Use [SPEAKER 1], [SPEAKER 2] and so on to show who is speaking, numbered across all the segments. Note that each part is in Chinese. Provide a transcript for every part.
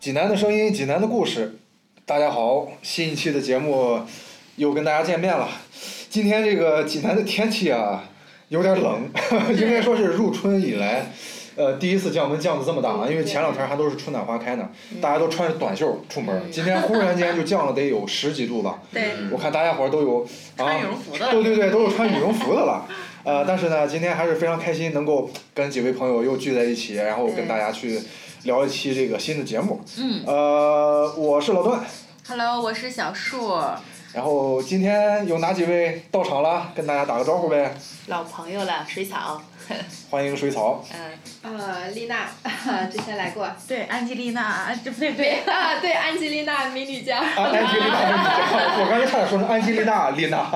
[SPEAKER 1] 济南的声音，济南的故事。大家好，新一期的节目又跟大家见面了。今天这个济南的天气啊，有点冷，应该说是入春以来，呃，第一次降温降的这么大啊。因为前两天还都是春暖花开呢，大家都穿着短袖出门，今天忽然间就降了得有十几度吧。
[SPEAKER 2] 对，
[SPEAKER 1] 我看大家伙儿都有啊
[SPEAKER 2] 穿羽，绒服的
[SPEAKER 1] 对对对，都有穿羽绒服的了。呃，但是呢，今天还是非常开心，能够跟几位朋友又聚在一起，然后跟大家去聊一期这个新的节目。
[SPEAKER 2] 嗯
[SPEAKER 1] 呃，我是老段，
[SPEAKER 2] ，Hello，我是小树，
[SPEAKER 1] 然后今天有哪几位到场了？跟大家打个招呼呗。
[SPEAKER 3] 老朋友了，水草，
[SPEAKER 1] 欢迎水草，
[SPEAKER 3] 嗯，
[SPEAKER 4] 呃，丽娜， 啊之前来过。
[SPEAKER 2] 对，安吉丽娜，啊这不对不
[SPEAKER 4] 对
[SPEAKER 2] 对，
[SPEAKER 4] 啊，对，安吉丽娜美女家。
[SPEAKER 1] 啊安安吉丽娜， 我刚才差点说成安吉丽娜丽娜。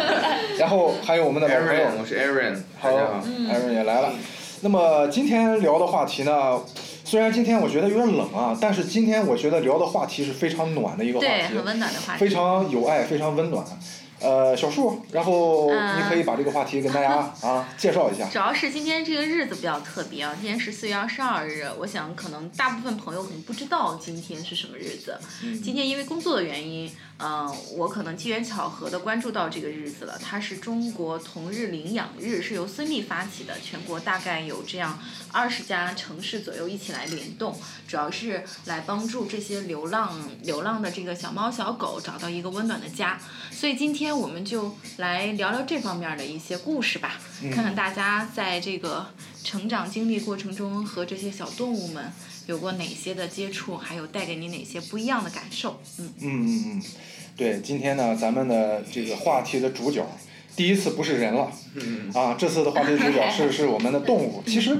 [SPEAKER 1] 然后还有我们的老朋友
[SPEAKER 5] Aaron，我是 Aaron，
[SPEAKER 1] 好
[SPEAKER 5] 大家好。
[SPEAKER 1] 艾瑞也来了。那么今天聊的话题呢，虽然今天我觉得有点冷啊，但是今天我觉得聊的话题是非常暖的一个话
[SPEAKER 2] 对，
[SPEAKER 1] 题
[SPEAKER 2] 很，温暖的话
[SPEAKER 1] 非
[SPEAKER 2] 题。
[SPEAKER 1] 常有爱，非常温暖。呃，小树，然后
[SPEAKER 2] 嗯
[SPEAKER 1] 你可以把这个话题跟大家 啊介绍一下。
[SPEAKER 2] 主要是今天这个日子比较特别啊，今天是四月二十二日，我想可能大部分朋友可能不知道今天是什么日子。今天因为工作的原因，嗯、我可能机缘巧合的关注到这个日子了。它是中国同日领养日，是由孙俪发起的，全国大概有这样二十家城市左右一起来联动，主要是来帮助这些流浪流浪的这个小猫小狗找到一个温暖的家。所以今天我们就来聊聊这方面的一些故事吧，
[SPEAKER 5] 嗯
[SPEAKER 2] 看看大家在这个成长经历过程中和这些小动物们有过哪些的接触，还有带给你哪些不一样的感受。嗯，
[SPEAKER 1] 嗯嗯嗯，对，今天呢，咱们的这个话题的主角，第一次不是人了，
[SPEAKER 5] 嗯
[SPEAKER 1] 啊，这次的话题主角是是我们的动物。其实，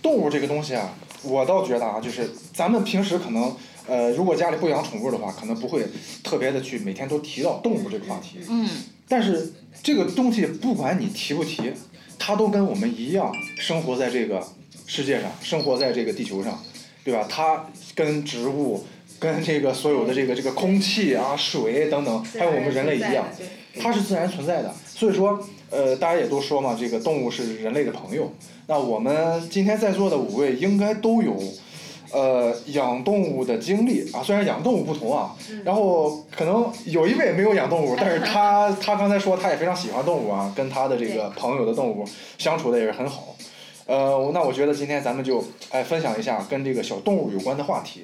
[SPEAKER 1] 动物这个东西啊，我倒觉得啊，就是咱们平时可能，呃，如果家里不养宠物的话，可能不会特别的去每天都提到动物这个话题。
[SPEAKER 2] 嗯，
[SPEAKER 1] 但是这个东西不管你提不提，它都跟我们一样生活在这个世界上，生活在这个地球上，对吧？它跟植物、跟这个所有的这个这个空气啊、水等等，还有我们人类一样，
[SPEAKER 4] 对。
[SPEAKER 1] 它是自然存在的。所以说，呃，大家也都说嘛，这个动物是人类的朋友。那我们今天在座的五位应该都有，呃，养动物的经历啊。虽然养动物不同啊，然后可能有一位没有养动物，但是他他刚才说他也非常喜欢动物啊，跟他的这个朋友的动物相处的也是很好。呃，那我觉得今天咱们就哎、分享一下跟这个小动物有关的话题。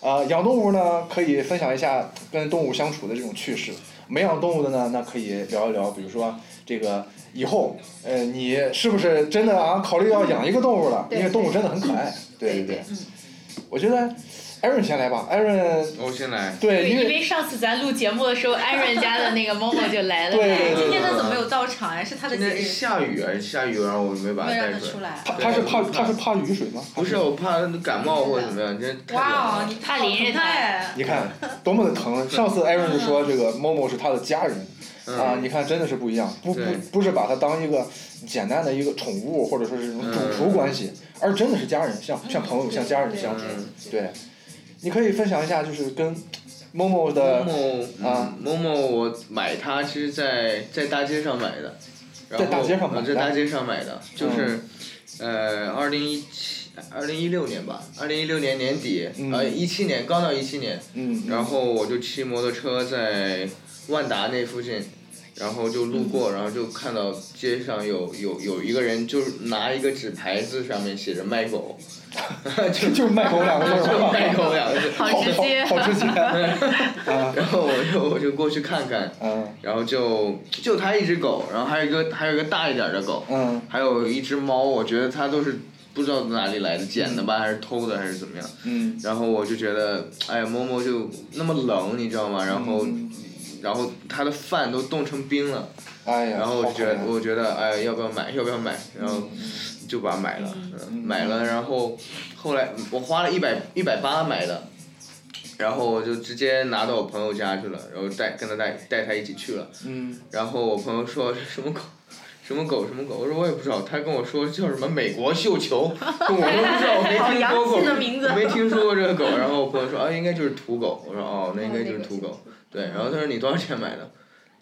[SPEAKER 1] 呃，养动物呢，可以分享一下跟动物相处的这种趣事；没养动物的呢，那可以聊一聊，比如说这个以后，呃，你是不是真的啊考虑要养一个动物了？
[SPEAKER 4] 对
[SPEAKER 1] 因为动物真的很可爱。对
[SPEAKER 4] 对
[SPEAKER 1] 对
[SPEAKER 4] 对，嗯
[SPEAKER 1] 我觉得艾润先来吧，艾润
[SPEAKER 5] 我先来，
[SPEAKER 1] 对，因
[SPEAKER 3] 因
[SPEAKER 1] 为
[SPEAKER 3] 为上次咱录节目的时候，艾润家的那个猫猫就来了，
[SPEAKER 1] 对对对
[SPEAKER 2] 哎今天他怎么没有到场呀、是他的
[SPEAKER 5] 今
[SPEAKER 2] 节
[SPEAKER 5] 天
[SPEAKER 2] 日，
[SPEAKER 5] 下雨，啊下雨，然后我没把它
[SPEAKER 2] 没有
[SPEAKER 5] 带
[SPEAKER 2] 让他出
[SPEAKER 5] 来。
[SPEAKER 2] 来。
[SPEAKER 1] 他他是怕他是怕雨水吗？
[SPEAKER 5] 不是，我怕感冒或者怎么样，今天太
[SPEAKER 2] 哇哦，
[SPEAKER 5] 冷了。
[SPEAKER 2] 你怕淋着他，
[SPEAKER 1] 你看多么的疼！上次艾润就说这个某某是他的家人。
[SPEAKER 2] 哦
[SPEAKER 1] 啊，你看真的是不一样，不不
[SPEAKER 5] 嗯对
[SPEAKER 1] 不是把它当一个简单的一个宠物或者说是这种主
[SPEAKER 5] 嗯
[SPEAKER 1] 仆关系，而真的是家人，像像朋友、像家人相处。
[SPEAKER 5] 嗯，
[SPEAKER 1] 对，你可以分享一下，就是跟某某
[SPEAKER 5] 某
[SPEAKER 1] 的
[SPEAKER 5] 某
[SPEAKER 1] 啊
[SPEAKER 5] 嗯某某，我买它其实在在大街上买的，然后
[SPEAKER 1] 在大街上买的嗯
[SPEAKER 5] 嗯在大街上买的，就是呃，二零一七。二零一六年吧，二零一六年年底，
[SPEAKER 1] 嗯
[SPEAKER 5] 呃，一七年刚到一七年，
[SPEAKER 1] 嗯，
[SPEAKER 5] 然后我就骑摩托车在万达那附近，然后就路过，然后就看到街上有有有一个人，就是拿一个纸牌子，上面写着“卖狗”，
[SPEAKER 1] 就就是卖狗两个字
[SPEAKER 5] 就
[SPEAKER 1] 儿
[SPEAKER 5] 是
[SPEAKER 1] 吧，
[SPEAKER 5] 卖狗两个字。
[SPEAKER 2] 好直接
[SPEAKER 1] 好好直 接。啊，
[SPEAKER 5] 然后我就我就过去看看，
[SPEAKER 1] 嗯
[SPEAKER 5] 然后就就他一只狗，然后还有一个还有一个大一点的狗，
[SPEAKER 1] 嗯
[SPEAKER 5] 还有一只猫，我觉得它都是不知道哪里来的，捡的吧，还是偷的，还是怎么样？
[SPEAKER 1] 嗯
[SPEAKER 5] 然后我就觉得，哎，某某就那么冷，你知道吗？然后，
[SPEAKER 1] 嗯
[SPEAKER 5] 然后他的饭都冻成冰了，
[SPEAKER 1] 哎呀，
[SPEAKER 5] 然后我就觉得，
[SPEAKER 1] 好可怜嗯
[SPEAKER 5] 我觉得，哎，要不要买？要不要买？然后就把它买了，嗯买了。然后后来我花了一百一百八买的，然后我就直接拿到我朋友家去了，然后带跟他带带他一起去了。
[SPEAKER 1] 嗯
[SPEAKER 5] 然后我朋友说什么狗，什么狗，什么狗，我说我也不知道，他跟我说叫什么美国绣球，跟我都不知道，我没
[SPEAKER 2] 好
[SPEAKER 5] 听说
[SPEAKER 2] 洋
[SPEAKER 5] 过
[SPEAKER 2] 气，的名字
[SPEAKER 5] 我没听说过这个狗。然
[SPEAKER 2] 哦
[SPEAKER 5] 后我朋友说啊，应该就是土狗，我说哦，那应该就是土狗，对。然后他说你多少钱买的？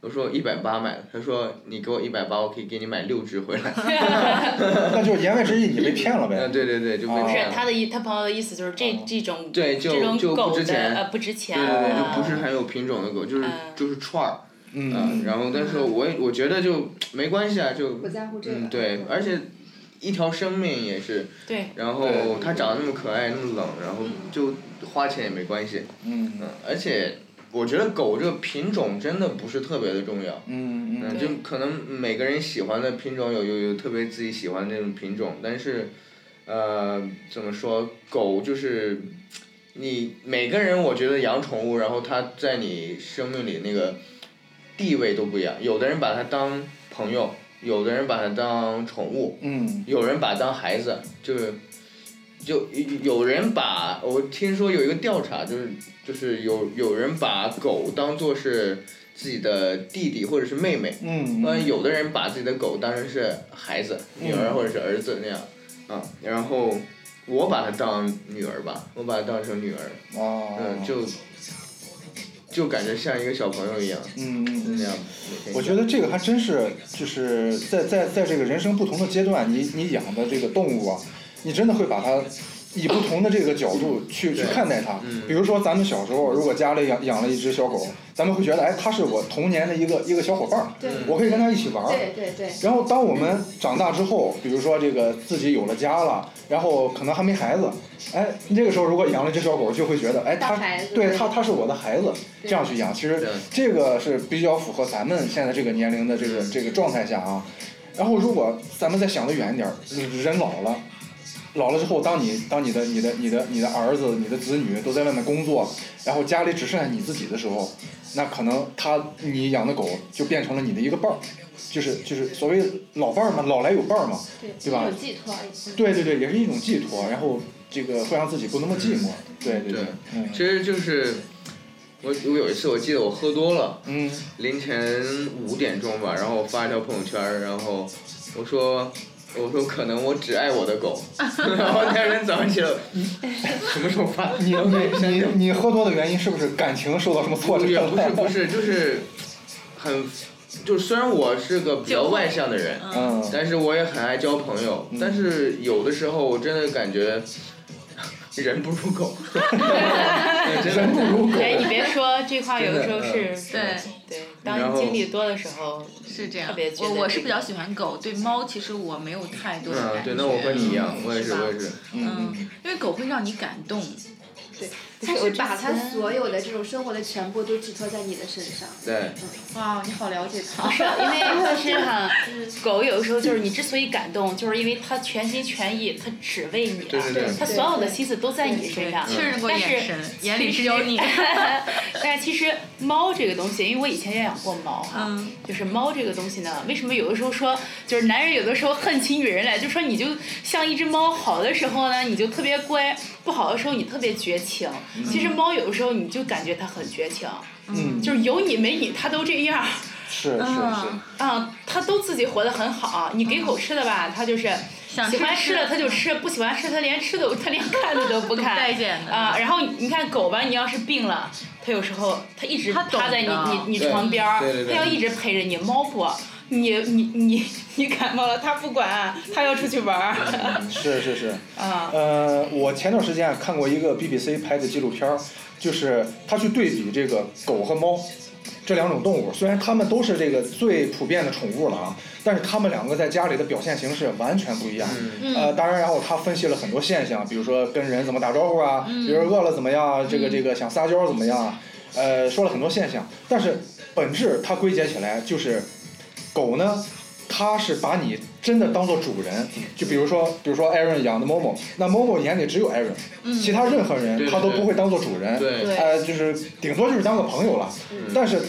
[SPEAKER 5] 我说一百八买的，他说你给我一百八，我可以给你买六只回 来。
[SPEAKER 2] 啊
[SPEAKER 1] 那就是言外之意你被骗了
[SPEAKER 5] 嗯，
[SPEAKER 1] 呗。
[SPEAKER 5] 对对对，就被
[SPEAKER 1] 哦
[SPEAKER 3] 不
[SPEAKER 5] 骗
[SPEAKER 3] 是
[SPEAKER 5] 了。
[SPEAKER 3] 他的意，他朋友的意思就是这这种
[SPEAKER 5] 哦对就
[SPEAKER 3] 这种
[SPEAKER 5] 就不
[SPEAKER 3] 狗
[SPEAKER 5] 值
[SPEAKER 3] 的
[SPEAKER 5] 钱
[SPEAKER 3] 呃不值钱，
[SPEAKER 5] 对对对，
[SPEAKER 2] 哦
[SPEAKER 3] 啊
[SPEAKER 5] 就不是很有品种的狗，就是
[SPEAKER 3] 嗯
[SPEAKER 5] 就是串儿，
[SPEAKER 1] 嗯，
[SPEAKER 5] 嗯，然后但是我也我觉得就没关系啊，就
[SPEAKER 4] 不在乎这个。
[SPEAKER 5] 嗯对，而且一条生命也是，
[SPEAKER 3] 对
[SPEAKER 5] 然
[SPEAKER 1] 对对
[SPEAKER 5] 后它长得那么可爱，那么冷，然后就花钱也没关系，
[SPEAKER 1] 嗯
[SPEAKER 5] 嗯，而且我觉得狗这个品种真的不是特别的重要，
[SPEAKER 1] 嗯嗯
[SPEAKER 5] 嗯，就可能每个人喜欢的品种有有有特别自己喜欢的那种品种，但是，呃，怎么说？狗就是你每个人，我觉得养宠物，然后它在你生命里那个地位都不一样。有的人把它当朋友，有的人把它当宠物，
[SPEAKER 1] 嗯
[SPEAKER 5] 有人把它当孩子，就是。就有人把我听说有一个调查，就是就是有有人把狗当做是自己的弟弟或者是妹妹，
[SPEAKER 1] 嗯
[SPEAKER 5] 呃，
[SPEAKER 1] 嗯，
[SPEAKER 5] 有的人把自己的狗当成是孩子、女儿或者是儿子那样，啊，然后我把它当女儿吧，我把它当成女儿，
[SPEAKER 1] 哦
[SPEAKER 5] 嗯，，就就感觉像一个小朋友一样，
[SPEAKER 1] 嗯嗯嗯。
[SPEAKER 5] 那样每天
[SPEAKER 1] 我觉得这个还真是，就是在在在这个人生不同的阶段，你你养的这个动物啊，你真的会把它以不同的这个角度去去
[SPEAKER 5] 对
[SPEAKER 1] 看待它。
[SPEAKER 5] 嗯
[SPEAKER 1] 比如说咱们小时候，如果家里养养了一只小狗，咱们会觉得，哎，它是我童年的一个一个小伙伴儿，
[SPEAKER 4] 对
[SPEAKER 1] 我可以跟它一起玩儿。
[SPEAKER 4] 对对对，
[SPEAKER 1] 然后当我们长大之后，比如说这个自己有了家了，然后可能还没孩子，哎，这个时候如果养了一只小狗，就会觉得，哎，
[SPEAKER 4] 大
[SPEAKER 1] 它
[SPEAKER 4] 孩子
[SPEAKER 1] 对它它是我的孩子，这
[SPEAKER 4] 对
[SPEAKER 1] 样去养，其实
[SPEAKER 5] 对
[SPEAKER 1] 这个是比较符合咱们现在这个年龄的这个这个状态下啊。然后如果咱们再想得远一点儿，人人老了。老了之后，当你当你的你的你的你的儿子、你的子女都在外面工作，然后家里只剩下你自己的时候，那可能他你养的狗就变成了你的一个伴儿，就是就是所谓老伴儿嘛，老来有伴儿嘛，
[SPEAKER 4] 对，
[SPEAKER 1] 对吧
[SPEAKER 4] 有寄托。嗯
[SPEAKER 1] 对对对，也是一种寄托，然后这个会让自己不那么寂寞，对对
[SPEAKER 5] 对，
[SPEAKER 1] 嗯
[SPEAKER 5] 其实就是我我有一次我记得我喝多了，
[SPEAKER 1] 嗯
[SPEAKER 5] 凌晨五点钟吧，然后我发一条朋友圈儿，然后我说。我说可能我只爱我的狗，然后第二天早上起来，嗯什么时候发？
[SPEAKER 1] 你
[SPEAKER 5] 然后给删
[SPEAKER 1] 你
[SPEAKER 5] 掉。
[SPEAKER 1] 你喝多的原因是不是感情受到什么挫折
[SPEAKER 5] 也
[SPEAKER 1] 了？
[SPEAKER 5] 不是不是，就是很，就虽然我是个比较外向的人，
[SPEAKER 1] 嗯，
[SPEAKER 5] 但是我也很爱交朋友，但是有的时候我真的感觉 人不如狗，对真
[SPEAKER 1] 人
[SPEAKER 5] 的。
[SPEAKER 1] 不如狗，
[SPEAKER 3] 哎，你别说这话，有的时候是
[SPEAKER 5] 真嗯
[SPEAKER 2] 对，
[SPEAKER 3] 对，
[SPEAKER 5] 然
[SPEAKER 3] 当
[SPEAKER 5] 后
[SPEAKER 3] 经历多的时候，
[SPEAKER 2] 是这样。
[SPEAKER 3] 特别觉
[SPEAKER 2] 我
[SPEAKER 3] 得
[SPEAKER 2] 我是
[SPEAKER 3] 这
[SPEAKER 2] 比较喜欢狗，对猫其实我没有太多的感觉。
[SPEAKER 5] 嗯，对，那我和你一样，我也
[SPEAKER 2] 是
[SPEAKER 5] 是，
[SPEAKER 2] 吧
[SPEAKER 5] 我也是。
[SPEAKER 1] 嗯
[SPEAKER 2] 嗯，因为狗会让你感动。
[SPEAKER 4] 它
[SPEAKER 3] 我
[SPEAKER 4] 是
[SPEAKER 3] 之
[SPEAKER 4] 把它
[SPEAKER 3] 前
[SPEAKER 4] 所有的这种生活的全部都寄托在你的身上。
[SPEAKER 5] 对，
[SPEAKER 2] 哇，你好了解 它。
[SPEAKER 3] 因为其实哈，狗有的时候就是你之所以感动，就是因为它全心全意，它只为你
[SPEAKER 5] 对对
[SPEAKER 3] 了，
[SPEAKER 5] 对，
[SPEAKER 3] 它所有的心思都在你身上。
[SPEAKER 2] 确认过
[SPEAKER 3] 但
[SPEAKER 2] 眼
[SPEAKER 3] 是
[SPEAKER 2] 神，眼里
[SPEAKER 3] 其
[SPEAKER 2] 只有
[SPEAKER 3] 实
[SPEAKER 2] 你。
[SPEAKER 3] 但是其实猫这个东西，因为我以前也养过猫哈，
[SPEAKER 2] 嗯
[SPEAKER 3] 就是猫这个东西呢，为什么有的时候说，就是男人有的时候恨起女人来，就说你就像一只猫，好的时候呢你就特别乖，不好的时候你特别绝情。
[SPEAKER 5] 嗯
[SPEAKER 3] 其实猫有的时候你就感觉它很绝情，
[SPEAKER 1] 嗯，
[SPEAKER 3] 就是有你没你它都这样。
[SPEAKER 1] 是是
[SPEAKER 2] 嗯
[SPEAKER 1] 是，
[SPEAKER 3] 啊，它都自己活得很好。你给狗吃的吧，它就是
[SPEAKER 2] 想
[SPEAKER 3] 喜欢
[SPEAKER 2] 吃
[SPEAKER 3] 吃的
[SPEAKER 2] 吃嗯
[SPEAKER 3] 它就吃，不喜欢吃它连吃都 它连看的都不看。
[SPEAKER 2] 待见的
[SPEAKER 3] 啊，然后你看狗吧，你要是病了，它有时候它一直
[SPEAKER 2] 它懂
[SPEAKER 3] 趴在你
[SPEAKER 2] 的
[SPEAKER 3] 你你
[SPEAKER 5] 对
[SPEAKER 3] 床边儿
[SPEAKER 5] 对对，对
[SPEAKER 3] 它要一直陪着你。猫不，你你你你感冒了，它不管，它要出去玩儿。
[SPEAKER 1] 是是是。
[SPEAKER 3] 啊，
[SPEAKER 1] 呃，我前段时间啊看过一个 BBC 拍的纪录片儿，就是他去对比这个狗和猫这两种动物，虽然它们都是这个最普遍的宠物了啊，但是它们两个在家里的表现形式完全不一样。
[SPEAKER 5] 嗯
[SPEAKER 1] 呃，当然，然后他分析了很多现象，比如说跟人怎么打招呼啊，比如饿了怎么样啊，这个这个想撒娇怎么样啊，呃，说了很多现象，但是本质它归结起来就是狗呢，它是把你真的当做主人，就比如说，比如说 Aaron 养的 Momo，那 Momo 眼里只有 Aaron，、其他任何人
[SPEAKER 5] 对对
[SPEAKER 1] 他都
[SPEAKER 5] 对
[SPEAKER 1] 不会当做主人，
[SPEAKER 5] 对
[SPEAKER 3] 对
[SPEAKER 1] 呃，就是顶多就是当个朋友了。但是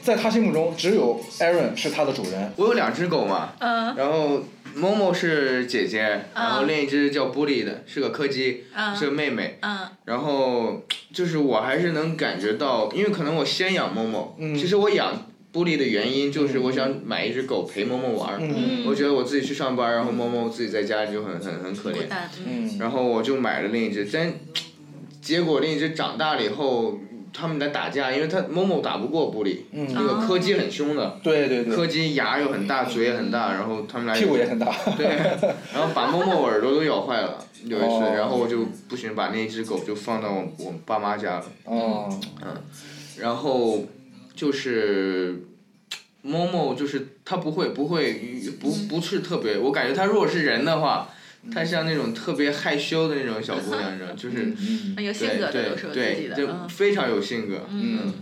[SPEAKER 1] 在他心目中，只有 Aaron 是他的主人。
[SPEAKER 5] 我有两只狗嘛，
[SPEAKER 2] 嗯
[SPEAKER 5] 然后 Momo 是姐姐，然后
[SPEAKER 2] 嗯
[SPEAKER 5] 另一只叫玻璃的，是个柯基，
[SPEAKER 2] 嗯
[SPEAKER 5] 是个妹妹。
[SPEAKER 2] 嗯
[SPEAKER 5] 然后就是我还是能感觉到，因为可能我先养某某，
[SPEAKER 1] 嗯
[SPEAKER 5] 其实我养玻璃的原因就是我想买一只狗陪某某玩儿，
[SPEAKER 1] 嗯
[SPEAKER 5] 我觉得我自己去上班，然后某某自己在家里就很很很可
[SPEAKER 2] 孤
[SPEAKER 5] 怜，
[SPEAKER 2] 单。嗯
[SPEAKER 1] 嗯
[SPEAKER 5] 然后我就买了另一只，但结果另一只长大了以后，他们在打架，因为他某某打不过布里，
[SPEAKER 1] 嗯
[SPEAKER 5] 那个柯基很凶的，
[SPEAKER 1] 对对对，
[SPEAKER 5] 柯基牙又很大，嘴也很大，然后他们俩
[SPEAKER 1] 嗯屁股也很大。
[SPEAKER 5] 对，然后把默默耳朵都咬 坏了，有一次，
[SPEAKER 1] 哦
[SPEAKER 5] 然后我就不行，把那只狗就放到我我爸妈家了，
[SPEAKER 1] 哦，
[SPEAKER 5] 然后就是。默默就是它不会不会不不是特别，我感觉它如果是人的话，它像那种特别害羞的那种小姑娘，你知道，就是
[SPEAKER 1] 嗯，
[SPEAKER 2] 有性
[SPEAKER 5] 对
[SPEAKER 2] 格的
[SPEAKER 5] 对
[SPEAKER 2] 都是有自己
[SPEAKER 5] 对，
[SPEAKER 2] 的，
[SPEAKER 5] 就
[SPEAKER 2] 嗯
[SPEAKER 5] 非常有性格，
[SPEAKER 1] 嗯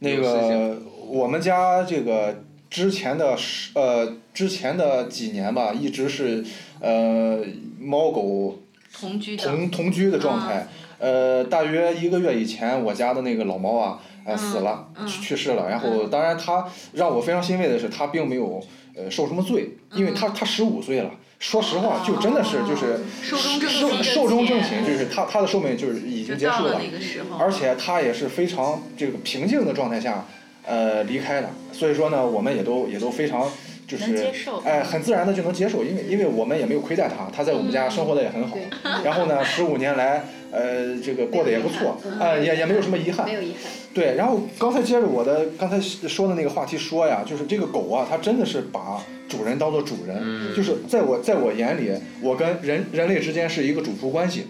[SPEAKER 1] 那
[SPEAKER 5] 有事
[SPEAKER 1] 个
[SPEAKER 5] 情
[SPEAKER 1] 我们家这个之前的十呃之前的几年吧，一直是呃猫狗
[SPEAKER 2] 同居的，啊
[SPEAKER 1] 同同居的状态。呃，大约一个月以前，我家的那个老猫啊，呃，
[SPEAKER 2] 嗯
[SPEAKER 1] 死了，
[SPEAKER 2] 嗯
[SPEAKER 1] 去去世了。然后，当然它让我非常欣慰的是，它并没有呃受什么罪，
[SPEAKER 2] 嗯
[SPEAKER 1] 因为它它十五岁了。说实话，就真的是就是
[SPEAKER 2] 寿终哦正
[SPEAKER 1] 寿
[SPEAKER 2] 寝
[SPEAKER 1] 寿终正寝，就是它它的寿命就是已
[SPEAKER 2] 就
[SPEAKER 1] 经结
[SPEAKER 2] 到
[SPEAKER 1] 束
[SPEAKER 2] 了
[SPEAKER 1] 了
[SPEAKER 2] 那。个时候，
[SPEAKER 1] 而且他也是非常这个平静的状态下，呃，离开了。所以说呢，我们也都也都非常就
[SPEAKER 3] 能接
[SPEAKER 1] 是
[SPEAKER 3] 受
[SPEAKER 1] 哎，很自然的就能接受，因为因为我们也没有亏待他，他在我们家生活的也很好。
[SPEAKER 4] 对，
[SPEAKER 1] 然后呢，十五年来，呃，这个过得也不错，呃，也也没有什么遗憾
[SPEAKER 4] 没。有遗憾。
[SPEAKER 1] 对，然后刚才接着我的刚才说的那个话题说呀，就是这个狗啊，它真的是把主人当做主人，
[SPEAKER 5] 嗯
[SPEAKER 1] 就是在我在我眼里，我跟人人类之间是一个主仆关系，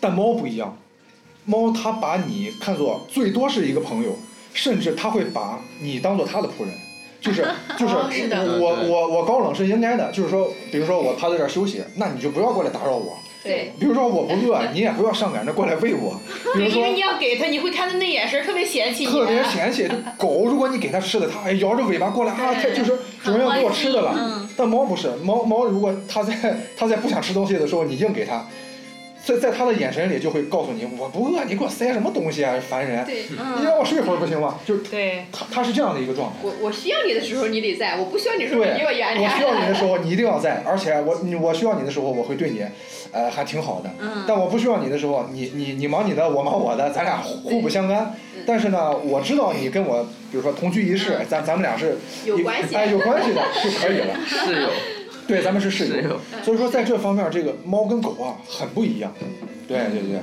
[SPEAKER 1] 但猫不一样，猫它把你看作最多是一个朋友，甚至它会把你当做它的仆人。 就是就是
[SPEAKER 3] 哦是的
[SPEAKER 1] 我
[SPEAKER 5] 对对
[SPEAKER 1] 我我高冷是应该的，就是说，比如说我趴在这儿休息，那你就不要过来打扰我。
[SPEAKER 3] 对，
[SPEAKER 1] 比如说我不饿，你也不要上赶着过来喂我。比如
[SPEAKER 3] 对，
[SPEAKER 1] 说
[SPEAKER 3] 因为你要给它，你会看它那眼神儿特别嫌弃你。啊
[SPEAKER 1] 特别嫌弃。就狗，如果你给它吃的，它还摇着尾巴过来啊，它
[SPEAKER 2] 对
[SPEAKER 1] 就是主人要给我吃的了。
[SPEAKER 2] 嗯，
[SPEAKER 1] 但猫不是，猫猫如果它在它在不想吃东西的时候，你硬给它，在在它的眼神里就会告诉你，我不饿，你给我塞什么东西啊，烦人！
[SPEAKER 4] 对
[SPEAKER 1] 你
[SPEAKER 2] 嗯，
[SPEAKER 1] 让我睡会儿不行吗？就
[SPEAKER 3] 对，
[SPEAKER 1] 它它是这样的一个状态。
[SPEAKER 4] 我我需要你的时候你得在，我不需要你的时候
[SPEAKER 1] 对
[SPEAKER 4] 你离我远
[SPEAKER 1] 我
[SPEAKER 4] 点
[SPEAKER 1] 需
[SPEAKER 4] 儿。
[SPEAKER 1] 要你的时候，你一定要在，而且我你我需要你的时候，我会对你，呃，还挺好的。
[SPEAKER 2] 嗯
[SPEAKER 1] 但我不需要你的时候，你你你忙你的，我忙我的，咱俩互不相干
[SPEAKER 4] 嗯。
[SPEAKER 1] 但是呢，我知道你跟我，比如说同居一室，咱咱们俩是
[SPEAKER 4] 有关系
[SPEAKER 1] 哎，有关系的就可以了。
[SPEAKER 5] 室友
[SPEAKER 1] 对，咱们是
[SPEAKER 5] 室
[SPEAKER 1] 室友。
[SPEAKER 5] 友，
[SPEAKER 1] 所以说，在这方面，这个猫跟狗啊，很不一样。对对对，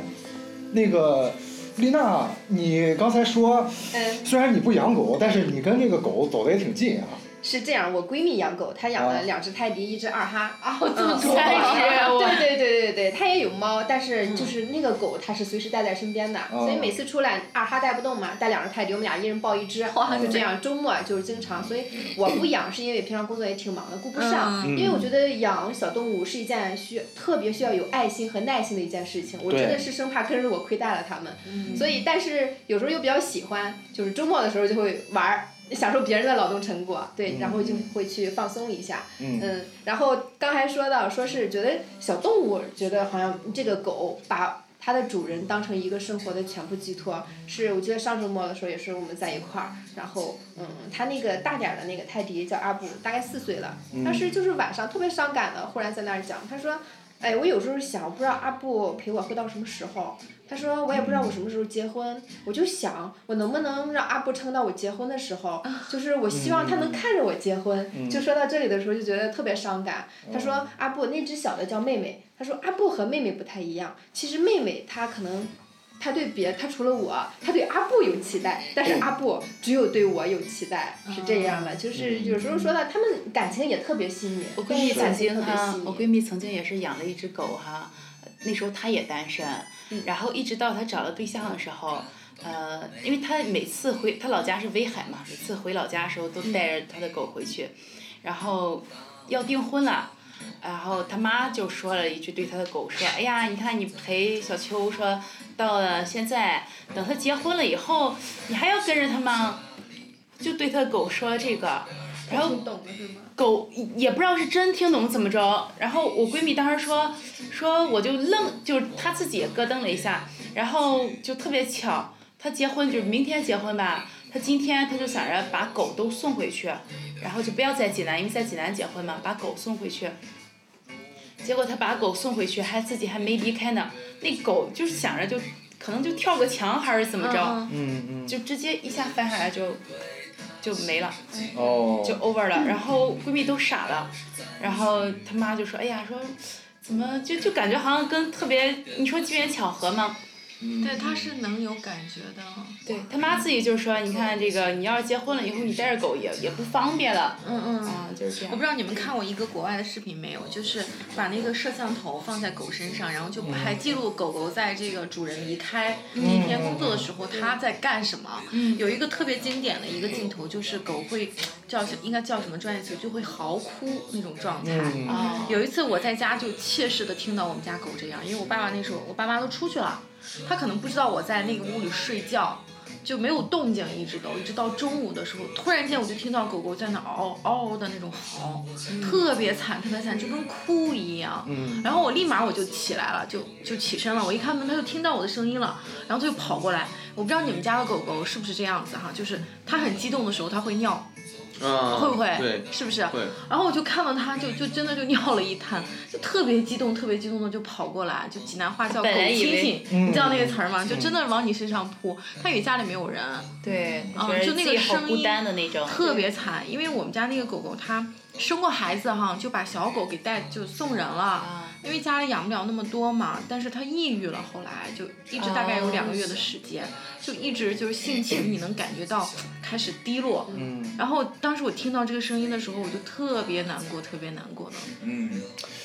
[SPEAKER 1] 那个丽娜，你刚才说，
[SPEAKER 4] 嗯，
[SPEAKER 1] 虽然你不养狗，但是你跟这个狗走的也挺近啊。
[SPEAKER 4] 是这样，我闺蜜养狗，她养
[SPEAKER 1] 啊
[SPEAKER 4] 了两只泰迪，一只二哈。
[SPEAKER 3] 啊，我这么
[SPEAKER 4] 嗯
[SPEAKER 3] 多啊，我
[SPEAKER 4] 对对对对对，它也有猫，但
[SPEAKER 3] 嗯
[SPEAKER 4] 是就是那个狗，它是随时带在身边的，
[SPEAKER 1] 哦
[SPEAKER 4] 所以每次出来二哈带不动嘛，带两只泰迪，我们俩一人抱一只，
[SPEAKER 2] 哇
[SPEAKER 4] 就这样。周末就是经常，所以我不养是因为平常工作也挺忙的，顾不上。
[SPEAKER 2] 嗯
[SPEAKER 1] 嗯
[SPEAKER 4] 因为我觉得养小动物是一件需特别需要有爱心和耐心的一件事情，我
[SPEAKER 1] 对
[SPEAKER 4] 真的是生怕跟着我亏待了它们，所以但是有时候又比较喜欢，就是周末的时候就会玩儿，享受别人的劳动成果，对，
[SPEAKER 1] 嗯
[SPEAKER 4] 然后就会去放松一下。
[SPEAKER 1] 嗯
[SPEAKER 4] 嗯，然后刚才说到，说是觉得小动物，觉得好像这个狗把它的主人当成一个生活的全部寄托，是我记得上周末的时候也是我们在一块儿，然后嗯，它那个大点儿的那个泰迪叫阿布，大概四岁了，
[SPEAKER 1] 嗯
[SPEAKER 4] 当时就是晚上特别伤感的，忽然在那儿讲，他说，哎，我有时候想，不知道阿布陪我会到什么时候。他说我也不知道我什么时候结婚，我就想我能不能让阿布撑到我结婚的时候，
[SPEAKER 3] 啊
[SPEAKER 4] 就是我希望他能看着我结婚。就说到这里的时候就觉得特别伤感。他说阿布那只小的叫妹妹，他说阿布和妹妹不太一样，其实妹妹她可能。她对别，她除了我，她对阿布有期待，但是阿布只有对我有期待，是
[SPEAKER 3] 哦
[SPEAKER 4] 这样的。就是有时候说到他们感情也特别细腻，
[SPEAKER 3] 我闺
[SPEAKER 4] 动
[SPEAKER 3] 蜜
[SPEAKER 4] 物
[SPEAKER 3] 曾
[SPEAKER 4] 感情
[SPEAKER 3] 经
[SPEAKER 4] 特别
[SPEAKER 3] 哈
[SPEAKER 4] 细，
[SPEAKER 3] 我
[SPEAKER 4] 腻。
[SPEAKER 3] 闺蜜曾经也是养了一只狗哈，那时候她也单身，
[SPEAKER 4] 嗯
[SPEAKER 3] 然后一直到她找了对象的时候，呃，因为她每次回她老家是威海嘛，每次回老家的时候都带着她的狗回去，然后要订婚了。然后她妈就说了一句对她的狗说：“哎呀，你看你陪小秋说到了现在，等她结婚了以后，你还要跟着她吗？”就对她的狗说这个，然后
[SPEAKER 4] 听懂了是吗？
[SPEAKER 3] 狗也不知道是真听懂怎么着，然后我闺蜜当时说，说我就愣，就是她自己也咯噔了一下，然后就特别巧，她结婚就是明天结婚吧，她今天她就想着把狗都送回去，然后就不要在济南，因为在济南结婚嘛，把狗送回去。结果她把狗送回去，还自己还没离开呢，那狗就是想着就可能就跳个墙还是怎么着，
[SPEAKER 2] 嗯
[SPEAKER 1] 嗯嗯
[SPEAKER 3] 就直接一下翻下来就就没了。
[SPEAKER 1] 哦，
[SPEAKER 3] 就 over 了，然后闺蜜都傻了，然后她妈就说：“哎呀，说怎么就就感觉好像跟特别，你说机缘巧合吗？
[SPEAKER 1] 嗯
[SPEAKER 6] 对，它是能有感觉的。
[SPEAKER 3] 对他妈自己就说，你看这个，你要是结婚了以后，你带着狗也也不方便了，
[SPEAKER 2] 嗯嗯。
[SPEAKER 3] 啊，就是这
[SPEAKER 2] 我不
[SPEAKER 3] 样。
[SPEAKER 2] 知道你们看过一个国外的视频没有，就是把那个摄像头放在狗身上，然后就拍记录狗狗在这个主人离开第一
[SPEAKER 5] 嗯
[SPEAKER 2] 天工作的时候它在干什么。有一个特别经典的一个镜头，就是狗会叫应该叫什么专业词，就会嚎哭那种状态。
[SPEAKER 3] 啊，
[SPEAKER 2] 有一次我在家就切实的听到我们家狗这样，因为我爸爸那时候我爸妈都出去了，他可能不知道我在那个屋里睡觉，就没有动静，一直都一直到中午的时候，突然间我就听到狗狗在那嗷嗷嗷的那种嚎，特别惨，特别惨，就跟哭一样。
[SPEAKER 1] 嗯
[SPEAKER 2] 然后我立马我就起来了，就就起身了。我一开门，它就听到我的声音了，然后它就跑过来。我不知道你们家的狗狗是不是这样子哈，就是它很激动的时候它会尿，
[SPEAKER 5] 啊，
[SPEAKER 2] 会不会？
[SPEAKER 5] 对，
[SPEAKER 2] 是不是？
[SPEAKER 5] 会。
[SPEAKER 2] 然后我就看到它就就真的就尿了一滩，就特别激动，特别激动的就跑过来，就济南话叫狗
[SPEAKER 3] 本来以
[SPEAKER 2] 亲
[SPEAKER 3] 为
[SPEAKER 2] 亲，
[SPEAKER 1] 嗯
[SPEAKER 2] 你知道那个词儿吗？就真的往你身上扑。它与家里没有人，
[SPEAKER 3] 对，
[SPEAKER 2] 啊
[SPEAKER 3] 觉
[SPEAKER 2] 就
[SPEAKER 3] 得
[SPEAKER 2] 那
[SPEAKER 3] 自
[SPEAKER 2] 个
[SPEAKER 3] 己好
[SPEAKER 2] 声
[SPEAKER 3] 孤
[SPEAKER 2] 音
[SPEAKER 3] 单的那种。
[SPEAKER 2] 特别惨，因为我们家那个狗狗它生过孩子哈，就把小狗给带就送人了。
[SPEAKER 3] 啊，
[SPEAKER 2] 因为家里养不了那么多嘛，但是它抑郁了，后来就一直大概有
[SPEAKER 3] 哦
[SPEAKER 2] 两个月的时间，就一直就是性情你能感觉到开始低落，
[SPEAKER 1] 嗯
[SPEAKER 2] 然后当时我听到这个声音的时候，我就特别难过，特别难过呢。
[SPEAKER 1] 嗯，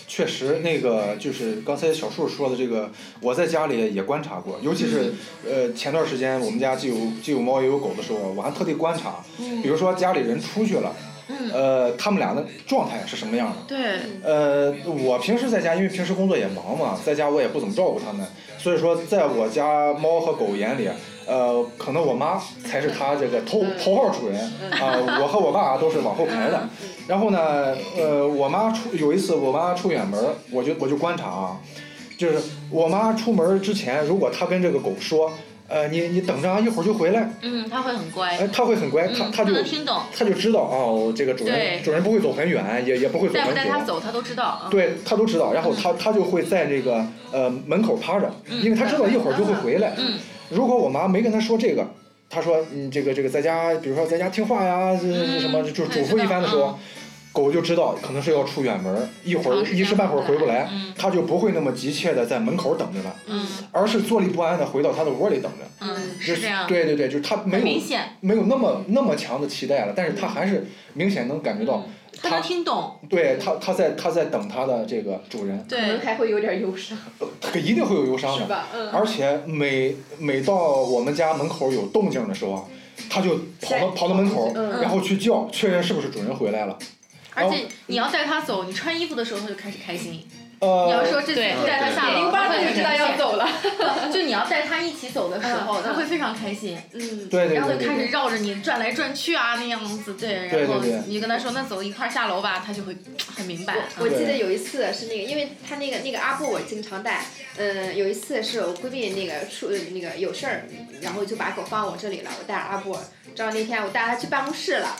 [SPEAKER 1] 确实，那个就是刚才小树说的这个，我在家里也观察过，尤其是呃前段时间我们家既有既有猫也有狗的时候，我还特地观察，比如说家里人出去了，
[SPEAKER 2] 嗯，
[SPEAKER 1] 呃，他们俩的状态是什么样的？
[SPEAKER 2] 对，
[SPEAKER 1] 呃，我平时在家，因为平时工作也忙嘛，在家我也不怎么照顾它们，所以说在我家猫和狗眼里，呃，可能我妈才是它这个头
[SPEAKER 2] 嗯
[SPEAKER 1] 头号主人啊、我和我爸都是往后排的。然后呢，呃，我妈出有一次我妈出远门儿，我就我就观察啊，就是我妈出门儿之前，如果她跟这个狗说，呃，你你等着啊，一会儿就回来，
[SPEAKER 2] 嗯，它会很乖，
[SPEAKER 1] 哎，它会很乖，它
[SPEAKER 2] 嗯，
[SPEAKER 1] 它
[SPEAKER 2] 它
[SPEAKER 1] 就
[SPEAKER 2] 能听懂，
[SPEAKER 1] 它就知道哦，这个主
[SPEAKER 2] 对
[SPEAKER 1] 人主人不会走很远，也也不会走
[SPEAKER 2] 带不
[SPEAKER 1] 很
[SPEAKER 2] 带
[SPEAKER 1] 久
[SPEAKER 2] 它。走，它都知道。嗯，
[SPEAKER 1] 对他都知道，然后
[SPEAKER 2] 嗯
[SPEAKER 1] 他他就会在这个呃门口趴着，因为他知道一会儿就会回来。
[SPEAKER 2] 嗯
[SPEAKER 1] 如果我妈没跟他说这个，他说嗯这个这个在家，比如说在家听话呀，这这什么
[SPEAKER 2] 嗯
[SPEAKER 1] 就是
[SPEAKER 2] 他
[SPEAKER 1] 嘱
[SPEAKER 2] 也知
[SPEAKER 1] 咐
[SPEAKER 2] 道
[SPEAKER 1] 一番的时候，狗就知道可能是要出远门，一会儿
[SPEAKER 2] 长时间
[SPEAKER 1] 一时半会儿回不来
[SPEAKER 2] 回不来嗯，
[SPEAKER 1] 他就不会那么急切的在门口等着了，
[SPEAKER 2] 嗯
[SPEAKER 1] 而是坐立不安的回到他的窝里等着。
[SPEAKER 2] 嗯，
[SPEAKER 1] 就是
[SPEAKER 2] 这样，
[SPEAKER 1] 对对对，就是他没
[SPEAKER 2] 很明
[SPEAKER 1] 有
[SPEAKER 2] 显，
[SPEAKER 1] 没有那么那么强的期待了，但是他还是明显能感觉到
[SPEAKER 2] 嗯它
[SPEAKER 1] 他哦
[SPEAKER 2] 能听懂，
[SPEAKER 1] 对他他在他在等他的这个主人。
[SPEAKER 4] 可能
[SPEAKER 2] 对，
[SPEAKER 4] 还会有点忧伤，
[SPEAKER 1] 可一定会有忧伤
[SPEAKER 4] 是
[SPEAKER 1] 的。
[SPEAKER 4] 吧？嗯。
[SPEAKER 1] 而且每每到我们家门口有动静的时候啊，它就跑到
[SPEAKER 4] 在
[SPEAKER 1] 跑到门口，
[SPEAKER 4] 嗯
[SPEAKER 1] 然后去叫，确认是不是主人回来了。
[SPEAKER 2] 而且你要带它走，你穿衣服的时候它就开始开心。你要
[SPEAKER 1] 呃，
[SPEAKER 2] 说这次
[SPEAKER 3] 对
[SPEAKER 2] 带它下
[SPEAKER 4] 一
[SPEAKER 2] 楼，
[SPEAKER 4] 般
[SPEAKER 2] 它
[SPEAKER 4] 他
[SPEAKER 2] 会
[SPEAKER 4] 就
[SPEAKER 2] 很
[SPEAKER 4] 知道要走了。
[SPEAKER 2] 开 心，就你要带它一起走的时候，
[SPEAKER 4] 嗯
[SPEAKER 2] 它会非常开心。
[SPEAKER 4] 嗯，
[SPEAKER 1] 对对
[SPEAKER 2] 然后
[SPEAKER 1] 对
[SPEAKER 2] 就开
[SPEAKER 1] 对
[SPEAKER 2] 始绕着你转来转去啊，那样子，对，
[SPEAKER 1] 对
[SPEAKER 2] 然后
[SPEAKER 1] 对对
[SPEAKER 2] 你跟他说那走一块儿下楼吧，他就会很明白。啊
[SPEAKER 4] 我记得有一次是那个，因为他那个那个阿布我经常带，嗯，有一次是我闺蜜那个出呃那个有事儿，然后就把狗放我这里了，我带着阿布，正好那天我带他去办公室了。